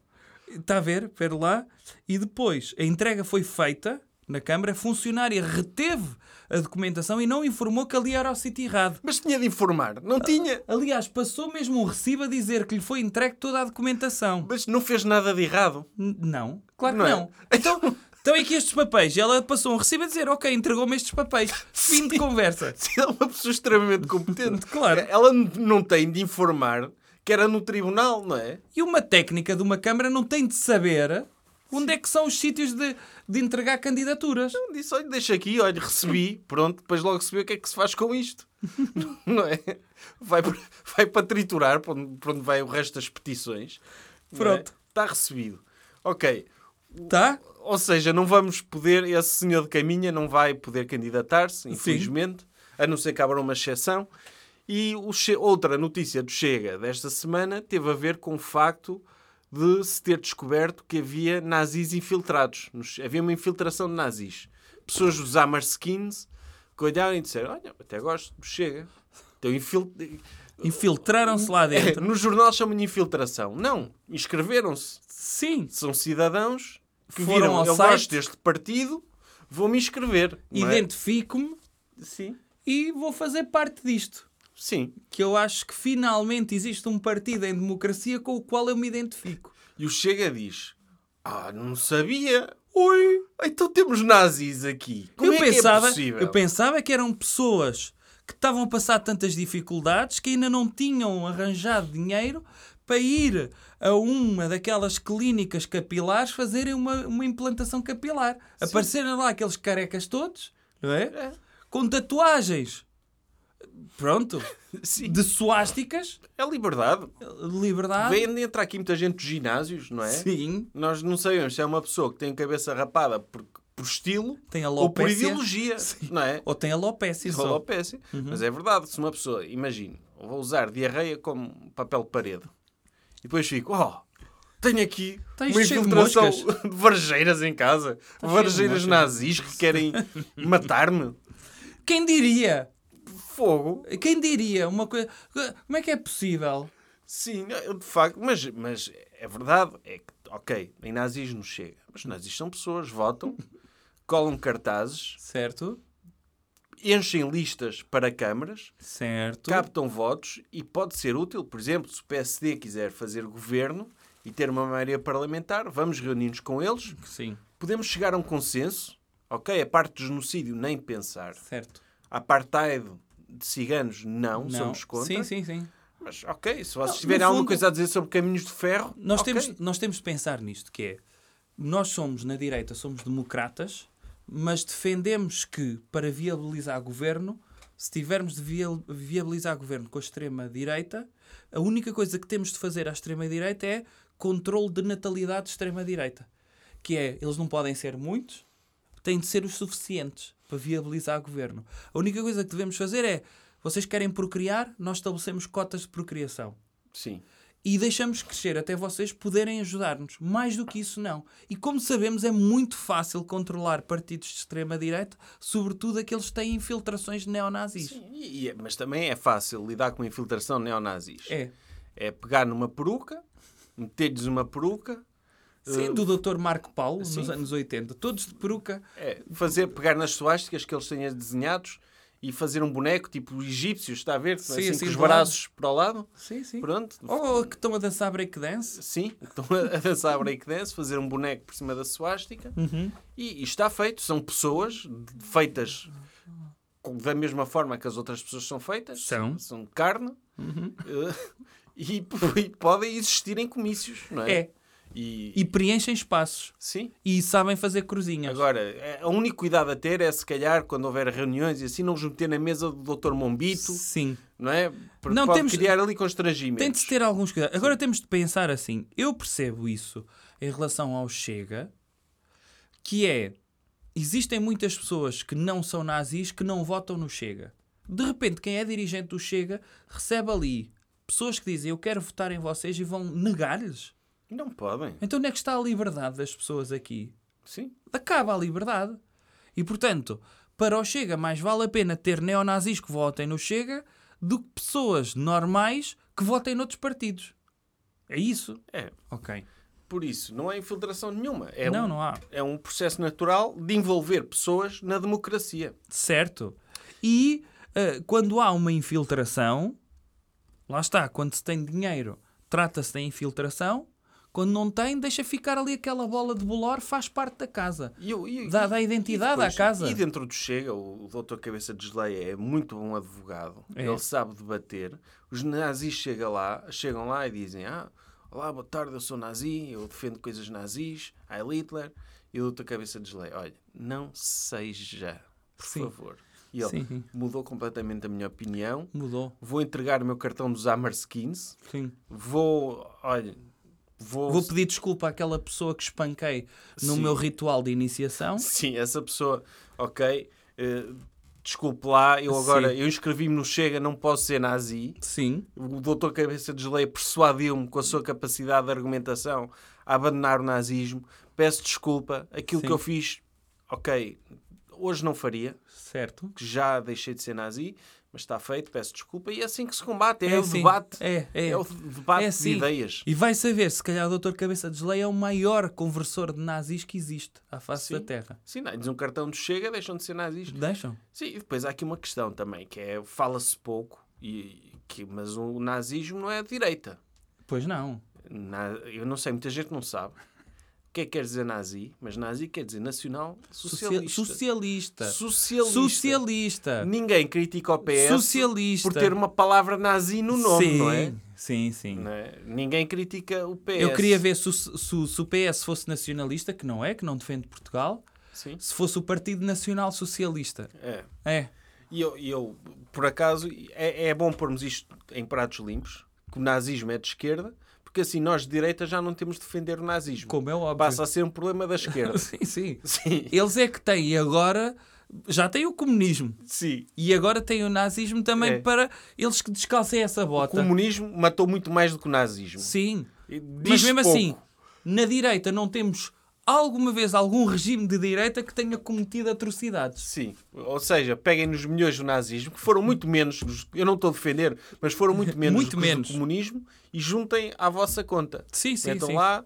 S3: Está a ver, pera lá. E depois, a entrega foi feita na Câmara, a funcionária reteve a documentação e não informou que ali era o sítio errado.
S2: Mas tinha de informar,
S3: Ah.
S2: não tinha.
S3: Aliás, passou mesmo um recibo a dizer que lhe foi entregue toda a documentação.
S2: Mas não fez nada de errado.
S3: N- Não, claro
S2: Não
S3: que
S2: é? <laughs>
S3: não. Então, então é que estes papéis. Ela passou um recibo a dizer, ok, entregou-me
S2: <laughs>
S3: estes papéis. Fim de conversa.
S2: Ela é uma pessoa extremamente competente.
S3: <laughs> Claro.
S2: Ela n- não tem de informar que era no tribunal, não é?
S3: E uma técnica de uma Câmara não tem de saber onde é que são os sítios de, de entregar candidaturas.
S2: Disse: Olha, deixa aqui, olha, recebi. Pronto, depois logo se vê o que é que se faz com isto. <laughs> não é? Vai para, vai para triturar, para onde, para onde vai o resto das petições. não é?
S3: Pronto.
S2: Está recebido. Ok.
S3: Tá?
S2: Ou seja, não vamos poder, esse senhor de caminha não vai poder candidatar-se, infelizmente, a não ser que abra uma exceção. E o Che- outra notícia do Chega desta semana teve a ver com o facto de se ter descoberto que havia nazis infiltrados. no Che- Havia uma infiltração de nazis. Pessoas dos Amarskins que olharam e disseram: Olha, até gosto do Chega. Então, infil...
S3: Infiltraram-se
S2: <laughs>
S3: lá dentro.
S2: no jornal chamam-lhe infiltração. Não, inscreveram-se
S3: Sim.
S2: são cidadãos que
S3: Foram
S2: viram,
S3: ao
S2: eu
S3: site."
S2: gosto deste partido, vou-me inscrever. não é?
S3: Identifico-me
S2: Sim.
S3: e vou fazer parte disto.
S2: Sim.
S3: Que eu acho que finalmente existe um partido em democracia com o qual eu me identifico.
S2: E o Chega diz, ah, não sabia. Oi. Então temos nazis aqui. Como
S3: eu,
S2: é que é
S3: pensava,
S2: possível?
S3: eu pensava que eram pessoas que estavam a passar tantas dificuldades que ainda não tinham arranjado dinheiro para ir a uma daquelas clínicas capilares fazerem uma, uma implantação capilar. Apareceram lá aqueles carecas todos, não é? Com tatuagens. Pronto.
S2: Sim.
S3: De suásticas.
S2: É liberdade.
S3: Liberdade.
S2: Vem, entra aqui muita gente dos ginásios, não é?
S3: Ah. Sim.
S2: Nós não sabemos se é uma pessoa que tem a cabeça rapada por, por estilo
S3: Tem
S2: ou por
S3: alopécia.
S2: ideologia, não é?
S3: Ou tem alopecia
S2: Ou
S3: só. Uhum.
S2: alopécia. Mas é verdade, se uma pessoa, imagino, vou usar diarreia como papel de parede e depois fico, oh, tenho aqui
S3: Tens
S2: uma
S3: cheio de
S2: infiltração <laughs>
S3: moscas.
S2: de varjeiras em casa, varjeiras nazis que
S3: <laughs>
S2: querem matar-me.
S3: Quem diria?
S2: Fogo.
S3: Quem diria uma coisa? Como é que é possível?
S2: Sim, eu, de facto, mas, mas é verdade, é que, ok, em nazis não chega, mas nazis são pessoas, votam, colam cartazes,
S3: Certo?
S2: enchem listas para câmaras,
S3: Certo.
S2: captam votos e pode ser útil, por exemplo, se o PSD quiser fazer governo e ter uma maioria parlamentar, vamos reunir-nos com eles,
S3: Sim.
S2: podemos chegar a um consenso, ok? A parte do genocídio, nem pensar.
S3: Certo.
S2: A apartheid de ciganos, não, somos contra.
S3: Sim, sim, sim.
S2: Mas ok, se vocês
S3: no
S2: tiverem alguma
S3: fundo-
S2: coisa a dizer sobre caminhos de ferro,
S3: Nós,
S2: ok.
S3: temos, nós temos de pensar nisto, que é... Nós somos, na direita, somos democratas, mas defendemos que, para viabilizar governo, se tivermos de via- viabilizar governo com a extrema-direita, a única coisa que temos de fazer à extrema-direita é controle de natalidade de extrema-direita. Que é, eles não podem ser muitos, têm de ser os suficientes para viabilizar o governo. A única coisa que devemos fazer é, vocês querem procriar, nós estabelecemos cotas de procriação
S2: Sim.
S3: e deixamos crescer até vocês poderem ajudar-nos. Mais do que isso, não. E como sabemos, é muito fácil controlar partidos de extrema-direita, sobretudo aqueles que têm infiltrações neonazis.
S2: E- e- mas também é fácil lidar com a infiltração de neonazis.
S3: É.
S2: É pegar numa peruca, meter-lhes uma peruca,
S3: Sim, do Dr. Marco Paulo, nos
S2: sim.
S3: anos 80. Todos de peruca.
S2: é, fazer, pegar nas suásticas que eles têm desenhados e fazer um boneco tipo egípcio, está a ver?
S3: Sim,
S2: assim,
S3: assim,
S2: com os
S3: do lado.
S2: braços para o lado.
S3: Sim, sim.
S2: Pronto.
S3: Ou Oh, que estão a dançar breakdance.
S2: Sim, estão a a dançar breakdance, fazer um boneco por cima da suástica
S3: Uhum.
S2: e, e está feito. São pessoas de- feitas com- da mesma forma que as outras pessoas são feitas.
S5: São.
S2: São de carne. Eh, <laughs> e, p- e podem existir em comícios, não é?
S3: É.
S2: E,
S3: E preenchem espaços.
S2: sim.
S3: E sabem fazer cruzinhas.
S2: Agora, eh, o único cuidado a ter é se calhar quando houver reuniões e assim não os meter na mesa do Dr. Mombito,
S3: Sim.
S2: não é? Porque
S3: Não,
S2: pode
S3: temos-
S2: criar ali
S3: Tem
S2: constrangimentos.
S3: de se ter alguns cuidados. Agora temos de pensar assim. Eu percebo isso em relação ao Chega, que é existem muitas pessoas que não são nazis que não votam no Chega. De repente, quem é dirigente do Chega recebe ali pessoas que dizem eu quero votar em vocês e vão negar-lhes.
S2: Não podem.
S3: Então onde é que está a liberdade das pessoas aqui?
S2: Sim.
S3: acaba a liberdade. E portanto, para o Chega, mais vale a pena ter neonazis que votem no Chega do que pessoas normais que votem noutros partidos. É isso?
S2: É.
S3: Ok.
S2: Por isso, não há infiltração nenhuma. É
S3: não,
S2: um-
S3: não há.
S2: é um processo natural de envolver pessoas na democracia.
S3: Certo. E ah, quando há uma infiltração, lá está, quando se tem dinheiro, trata-se da infiltração. Quando não tem, deixa ficar ali aquela bola de bolor, faz parte da casa.
S2: E, eu- e-
S3: Dá-
S2: e-
S3: dá identidade
S2: e depois-
S3: à casa.
S2: E dentro do Chega, o, o doutor Cabeça de Geleia é muito bom advogado.
S3: É.
S2: Ele sabe debater. Os nazis chega lá, chegam lá e dizem ah, Olá, boa tarde, eu sou nazi, eu defendo coisas nazis, I Hitler. E o doutor Cabeça de Geleia, olha, não seja, por
S3: Sim.
S2: favor. E ele
S3: Sim.
S2: mudou completamente a minha opinião.
S3: Mudou.
S2: Vou entregar o meu cartão dos Amarskins.
S3: Sim.
S2: Vou, olha... Vou,
S3: Vou pedir desculpa àquela pessoa que espanquei no
S2: Sim.
S3: meu ritual de iniciação.
S2: Sim, essa pessoa, ok, eh, desculpe lá, eu agora,
S3: Sim.
S2: eu inscrevi-me no Chega, não posso ser nazi.
S3: Sim.
S2: O doutor Cabeça de Geleia persuadiu-me com a sua capacidade de argumentação a abandonar o nazismo. Peço desculpa, aquilo que eu fiz, ok, hoje não faria,
S3: Certo.
S2: que já deixei de ser nazi, mas está feito, peço desculpa. E é assim que se combate, é,
S3: É
S2: o
S3: assim,
S2: debate.
S3: é, é.
S2: o debate de ideias.
S3: E vai saber, se calhar o Dr. Cabeça de Geleia é o maior conversor de nazis que existe à face
S2: Sim.
S3: da Terra.
S2: Sim, dá-lhes um cartão de Chega, deixam de ser nazis.
S3: Deixam?
S2: Sim, e depois há aqui uma questão também, que é fala-se pouco, e, que, mas o nazismo não é de direita.
S3: Pois não.
S2: Na- eu não sei, muita gente não sabe. O que que é que quer dizer nazi, mas nazi quer dizer nacional
S3: Socia-
S2: socialista.
S3: Socialista.
S2: Socialista.
S3: Socialista.
S2: Ninguém critica o PS
S3: Socialista.
S2: por ter uma palavra nazi no nome,
S3: sim,
S2: não é?
S3: Sim, sim.
S2: Não é? Ninguém critica o PS.
S3: Eu queria ver se, o- se, se o PS fosse nacionalista, que não é, que não defende Portugal,
S2: Sim.
S3: se fosse o Partido Nacional Socialista.
S2: É.
S3: É.
S2: E eu, e eu, por acaso, é, é bom pormos isto em pratos limpos, que o nazismo é de esquerda, porque assim nós de direita já não temos de defender o nazismo.
S3: Como é óbvio.
S2: Passa a ser um problema da
S3: <laughs>
S2: esquerda.
S3: Sim, sim.
S2: Sim,
S3: Eles é que têm agora. Já têm o comunismo.
S2: sim.
S3: E agora têm o nazismo também
S2: É.
S3: para eles que descalcem essa
S2: O
S3: bota.
S2: comunismo matou muito mais do que o nazismo.
S3: Sim.
S2: E
S3: Mas
S2: diz-se
S3: mesmo
S2: pouco.
S3: assim, na direita não temos alguma vez algum regime de direita que tenha cometido atrocidades.
S2: Sim, ou seja, peguem nos milhões do nazismo, que foram muito menos, dos- eu não estou a defender, mas foram muito
S3: <laughs>
S2: menos,
S3: Muito
S2: do que os
S3: menos.
S2: do comunismo e juntem à vossa conta.
S3: Sim, sim,
S2: Metam
S3: sim.
S2: lá,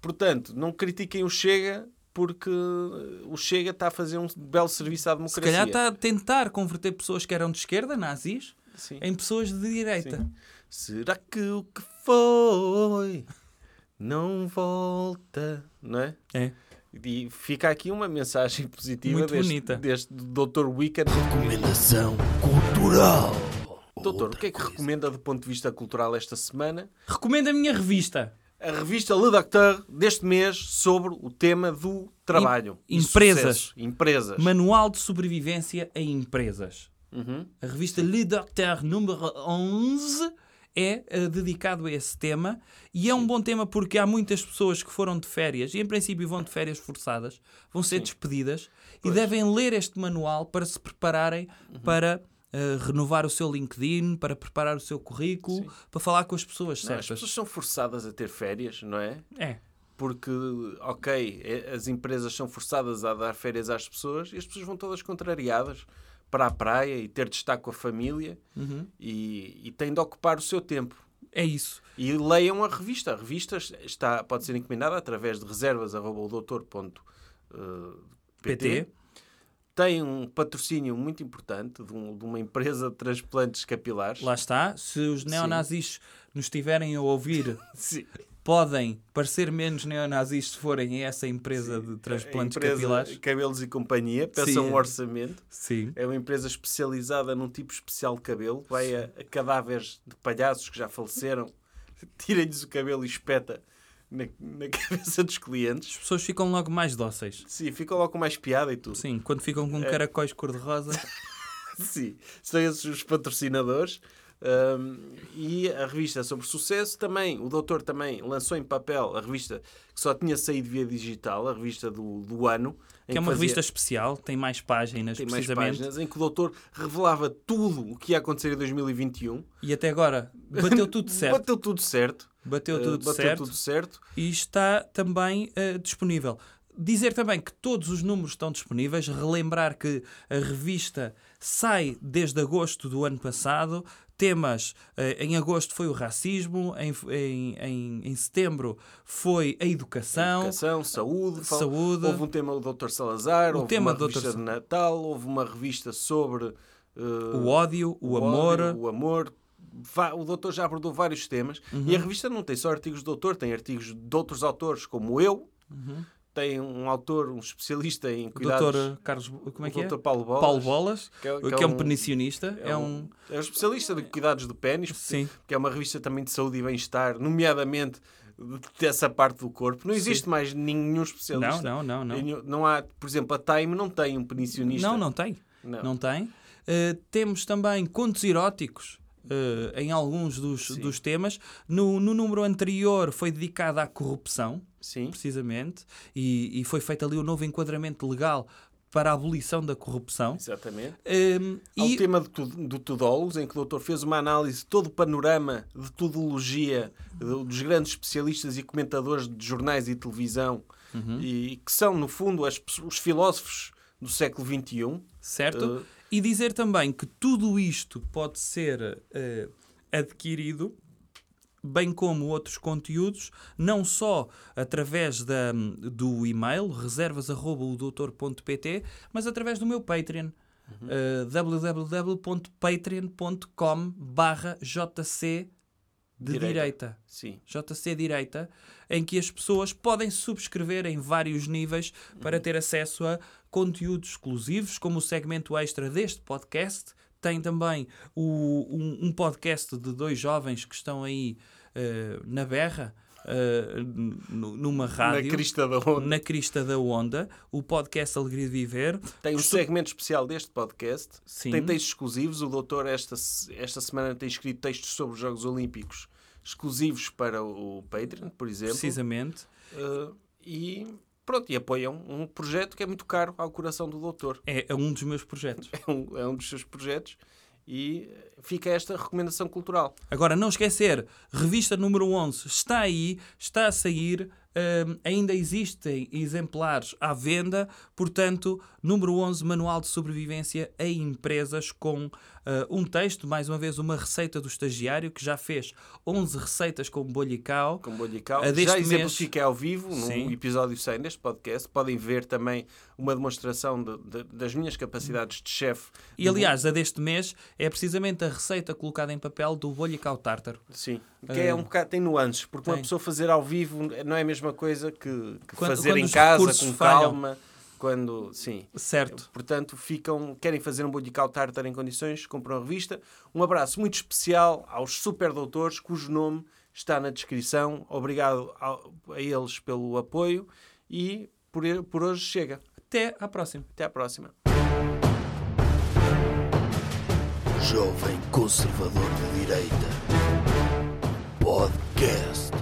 S2: portanto, não critiquem o Chega, porque eh, o Chega está a fazer um belo serviço à
S3: Se
S2: democracia.
S3: calhar está a tentar converter pessoas que eram de esquerda, nazis,
S2: Sim.
S3: em pessoas de direita.
S2: Será que o que foi não volta, não é?
S3: É.
S2: E fica aqui uma mensagem positiva
S3: Muito
S2: deste,
S3: bonita.
S2: deste Dr. Weekend.
S1: Recomendação cultural.
S2: Doutor, o que é que recomenda do ponto de vista cultural esta semana?
S3: Recomendo a minha revista.
S2: A revista Le Docteur deste mês sobre o tema do trabalho.
S3: Em-
S2: e
S3: empresas.
S2: sucesso. Empresas.
S3: Manual de Sobrevivência em Empresas.
S2: Uhum.
S3: A revista Le Docteur número 11 é eh, dedicado a esse tema e é um bom tema porque há muitas pessoas que foram de férias e em princípio vão de férias forçadas, vão ser despedidas e devem ler este manual para se prepararem
S2: Uhum.
S3: para eh, renovar o seu LinkedIn, para preparar o seu currículo, para falar com as pessoas
S2: Não, é? as
S3: certas.
S2: pessoas são forçadas a ter férias, não é?
S3: É.
S2: Porque, ok, é- as empresas são forçadas a dar férias às pessoas e as pessoas vão todas contrariadas para a praia e ter de estar com a família
S3: Uhum.
S2: e, e têm de ocupar o seu tempo.
S3: É isso.
S2: E leiam a revista. A revista está, pode ser encomendada através de reservas.doutor.pt.
S3: PT.
S2: eh, Tem um patrocínio muito importante de, um- de uma empresa de transplantes capilares.
S3: Lá está. Se os neonazis nos estiverem a
S2: <laughs>
S3: ouvir,
S2: Sim.
S3: podem parecer menos neonazis se forem a essa empresa de transplantes
S2: Empresa
S3: capilares.
S2: Cabelos e Companhia. Peçam
S3: Sim.
S2: um orçamento.
S3: Sim.
S2: É uma empresa especializada num tipo especial de cabelo. Vai a, a cadáveres de palhaços que já faleceram, <laughs> tira-lhes o cabelo e espeta na, na <laughs> cabeça dos clientes.
S3: as pessoas ficam logo mais dóceis.
S2: Sim, ficam logo com mais piada e tudo.
S3: Sim, quando ficam
S2: É.
S3: com
S2: <laughs>
S3: caracóis cor-de-rosa. é
S2: Sim, são esses os patrocinadores. Um, e a revista sobre sucesso também, o doutor também lançou em papel a revista que só tinha saído via digital, a revista do, do ano. em
S3: Que é uma
S2: fazia-
S3: revista especial, tem mais páginas,
S2: tem mais
S3: precisamente.
S2: páginas, em que o doutor revelava tudo o que ia acontecer em 2021.
S3: E até agora
S2: <laughs>
S3: bateu tudo certo.
S2: Bateu tudo certo.
S3: Bateu
S2: Uh,
S3: tudo
S2: bateu
S3: certo.
S2: tudo certo.
S3: E está também eh, disponível. Dizer também que todos os números estão disponíveis. Relembrar que a revista sai desde agosto do ano passado. Temas eh, em agosto foi o racismo, em, em, em, em setembro foi a educação.
S2: Educação, saúde, fal-
S3: Saúde.
S2: Houve um tema do Dr. Salazar,
S3: O
S2: houve
S3: tema
S2: uma
S3: do Dr.
S2: revista de
S3: Sa-
S2: Natal, houve uma revista sobre uh,
S3: O ódio, o, amor.
S2: ódio, o amor. Va- O doutor já abordou vários temas e a
S3: Uhum.
S2: revista não tem só artigos do doutor, tem artigos de outros autores, como eu. Tem um autor, um especialista em
S3: O
S2: cuidados.
S3: Uhum. doutor Carlos, como é
S2: o
S3: que é?
S2: doutor Paulo Bolas.
S3: Paulo Bolas, que
S2: que
S3: é,
S2: é-
S3: um, penicionista, é, um...
S2: é um especialista de cuidados do pênis,
S3: Sim.
S2: que é uma revista também de saúde e bem-estar, nomeadamente dessa parte do corpo. Não existe mais nenhum especialista.
S3: Não, não, não, não.
S2: Nenhum- Não há, por exemplo, a Time não tem um penicionista.
S3: Não, não tem. Não,
S2: Não.
S3: tem. Uh, temos também contos eróticos uh, em alguns dos, dos temas. No, no número anterior foi dedicado à corrupção,
S2: Sim.
S3: precisamente, e, e foi feito ali o novo enquadramento legal para a abolição da corrupção.
S2: Exatamente.
S3: Um,
S2: Há
S3: e
S2: o tema do, tu- do Tudólogos, em que o doutor fez uma análise de todo o panorama de tudologia do- dos grandes especialistas e comentadores de jornais e televisão,
S3: Uhum.
S2: e que são, no fundo, as pessoas- os filósofos do século XXI.
S3: certo?
S2: Uh,
S3: E dizer também que tudo isto pode ser eh, adquirido, bem como outros conteúdos, não só através da, do e-mail reservas.doutor.pt, mas através do meu Patreon. eh, www.patreon.com jc de
S2: Direita.
S3: direita.
S2: Sim.
S3: JC Direita, em que as pessoas podem subscrever em vários níveis
S2: Uhum.
S3: para ter acesso a conteúdos exclusivos, como o segmento extra deste podcast. Tem também o- um, um podcast de dois jovens que estão aí eh, na berra, eh, n- n- numa rádio.
S2: Na crista da onda.
S3: na crista da onda, o podcast Alegria de Viver.
S2: Tem um segmento especial deste podcast.
S3: Sim.
S2: Tem textos exclusivos. O doutor, esta, se- esta semana, tem escrito textos sobre os Jogos Olímpicos exclusivos para o Patreon, por exemplo.
S3: Precisamente.
S2: Uh, e pronto, e apoiam um projeto que é muito caro ao coração do doutor. <laughs>
S3: É, é um dos meus projetos.
S2: É um, é um dos seus projetos. E fica esta recomendação cultural.
S3: Agora, não esquecer, revista número 11 está aí, está a sair, hum, ainda existem exemplares à venda, portanto, número 11, Manual de Sobrevivência a Empresas, com ah, um texto, mais uma vez, uma receita do estagiário, que já fez 11 receitas com bolha e cal.
S2: Com bolha e cal.
S3: A deste
S2: Já
S3: mês-
S2: exemplifiquei ao vivo, num
S3: Sim.
S2: episódio 100 deste podcast. Podem ver também uma demonstração de- de- das minhas capacidades de chefe.
S3: E, aliás, a deste mês é precisamente a receita colocada em papel do bolha e cal tártaro.
S2: Sim, que é um bocado, tem nuances, porque uma
S3: Ah. tem.
S2: pessoa fazer ao vivo não é a mesma coisa que, que
S3: Quando-
S2: fazer
S3: quando
S2: em
S3: os
S2: casa,
S3: recursos
S2: com
S3: falham.
S2: calma, quando. Sim.
S3: Certo.
S2: Portanto, ficam, querem fazer um bodycal tartar em condições, compram a revista. Um abraço muito especial aos super doutores, cujo nome está na descrição. Obrigado ao- a, eles pelo apoio e por, e- por hoje chega.
S3: Até à próxima.
S2: Até à próxima.
S1: Jovem Conservador de Direita. Podcast.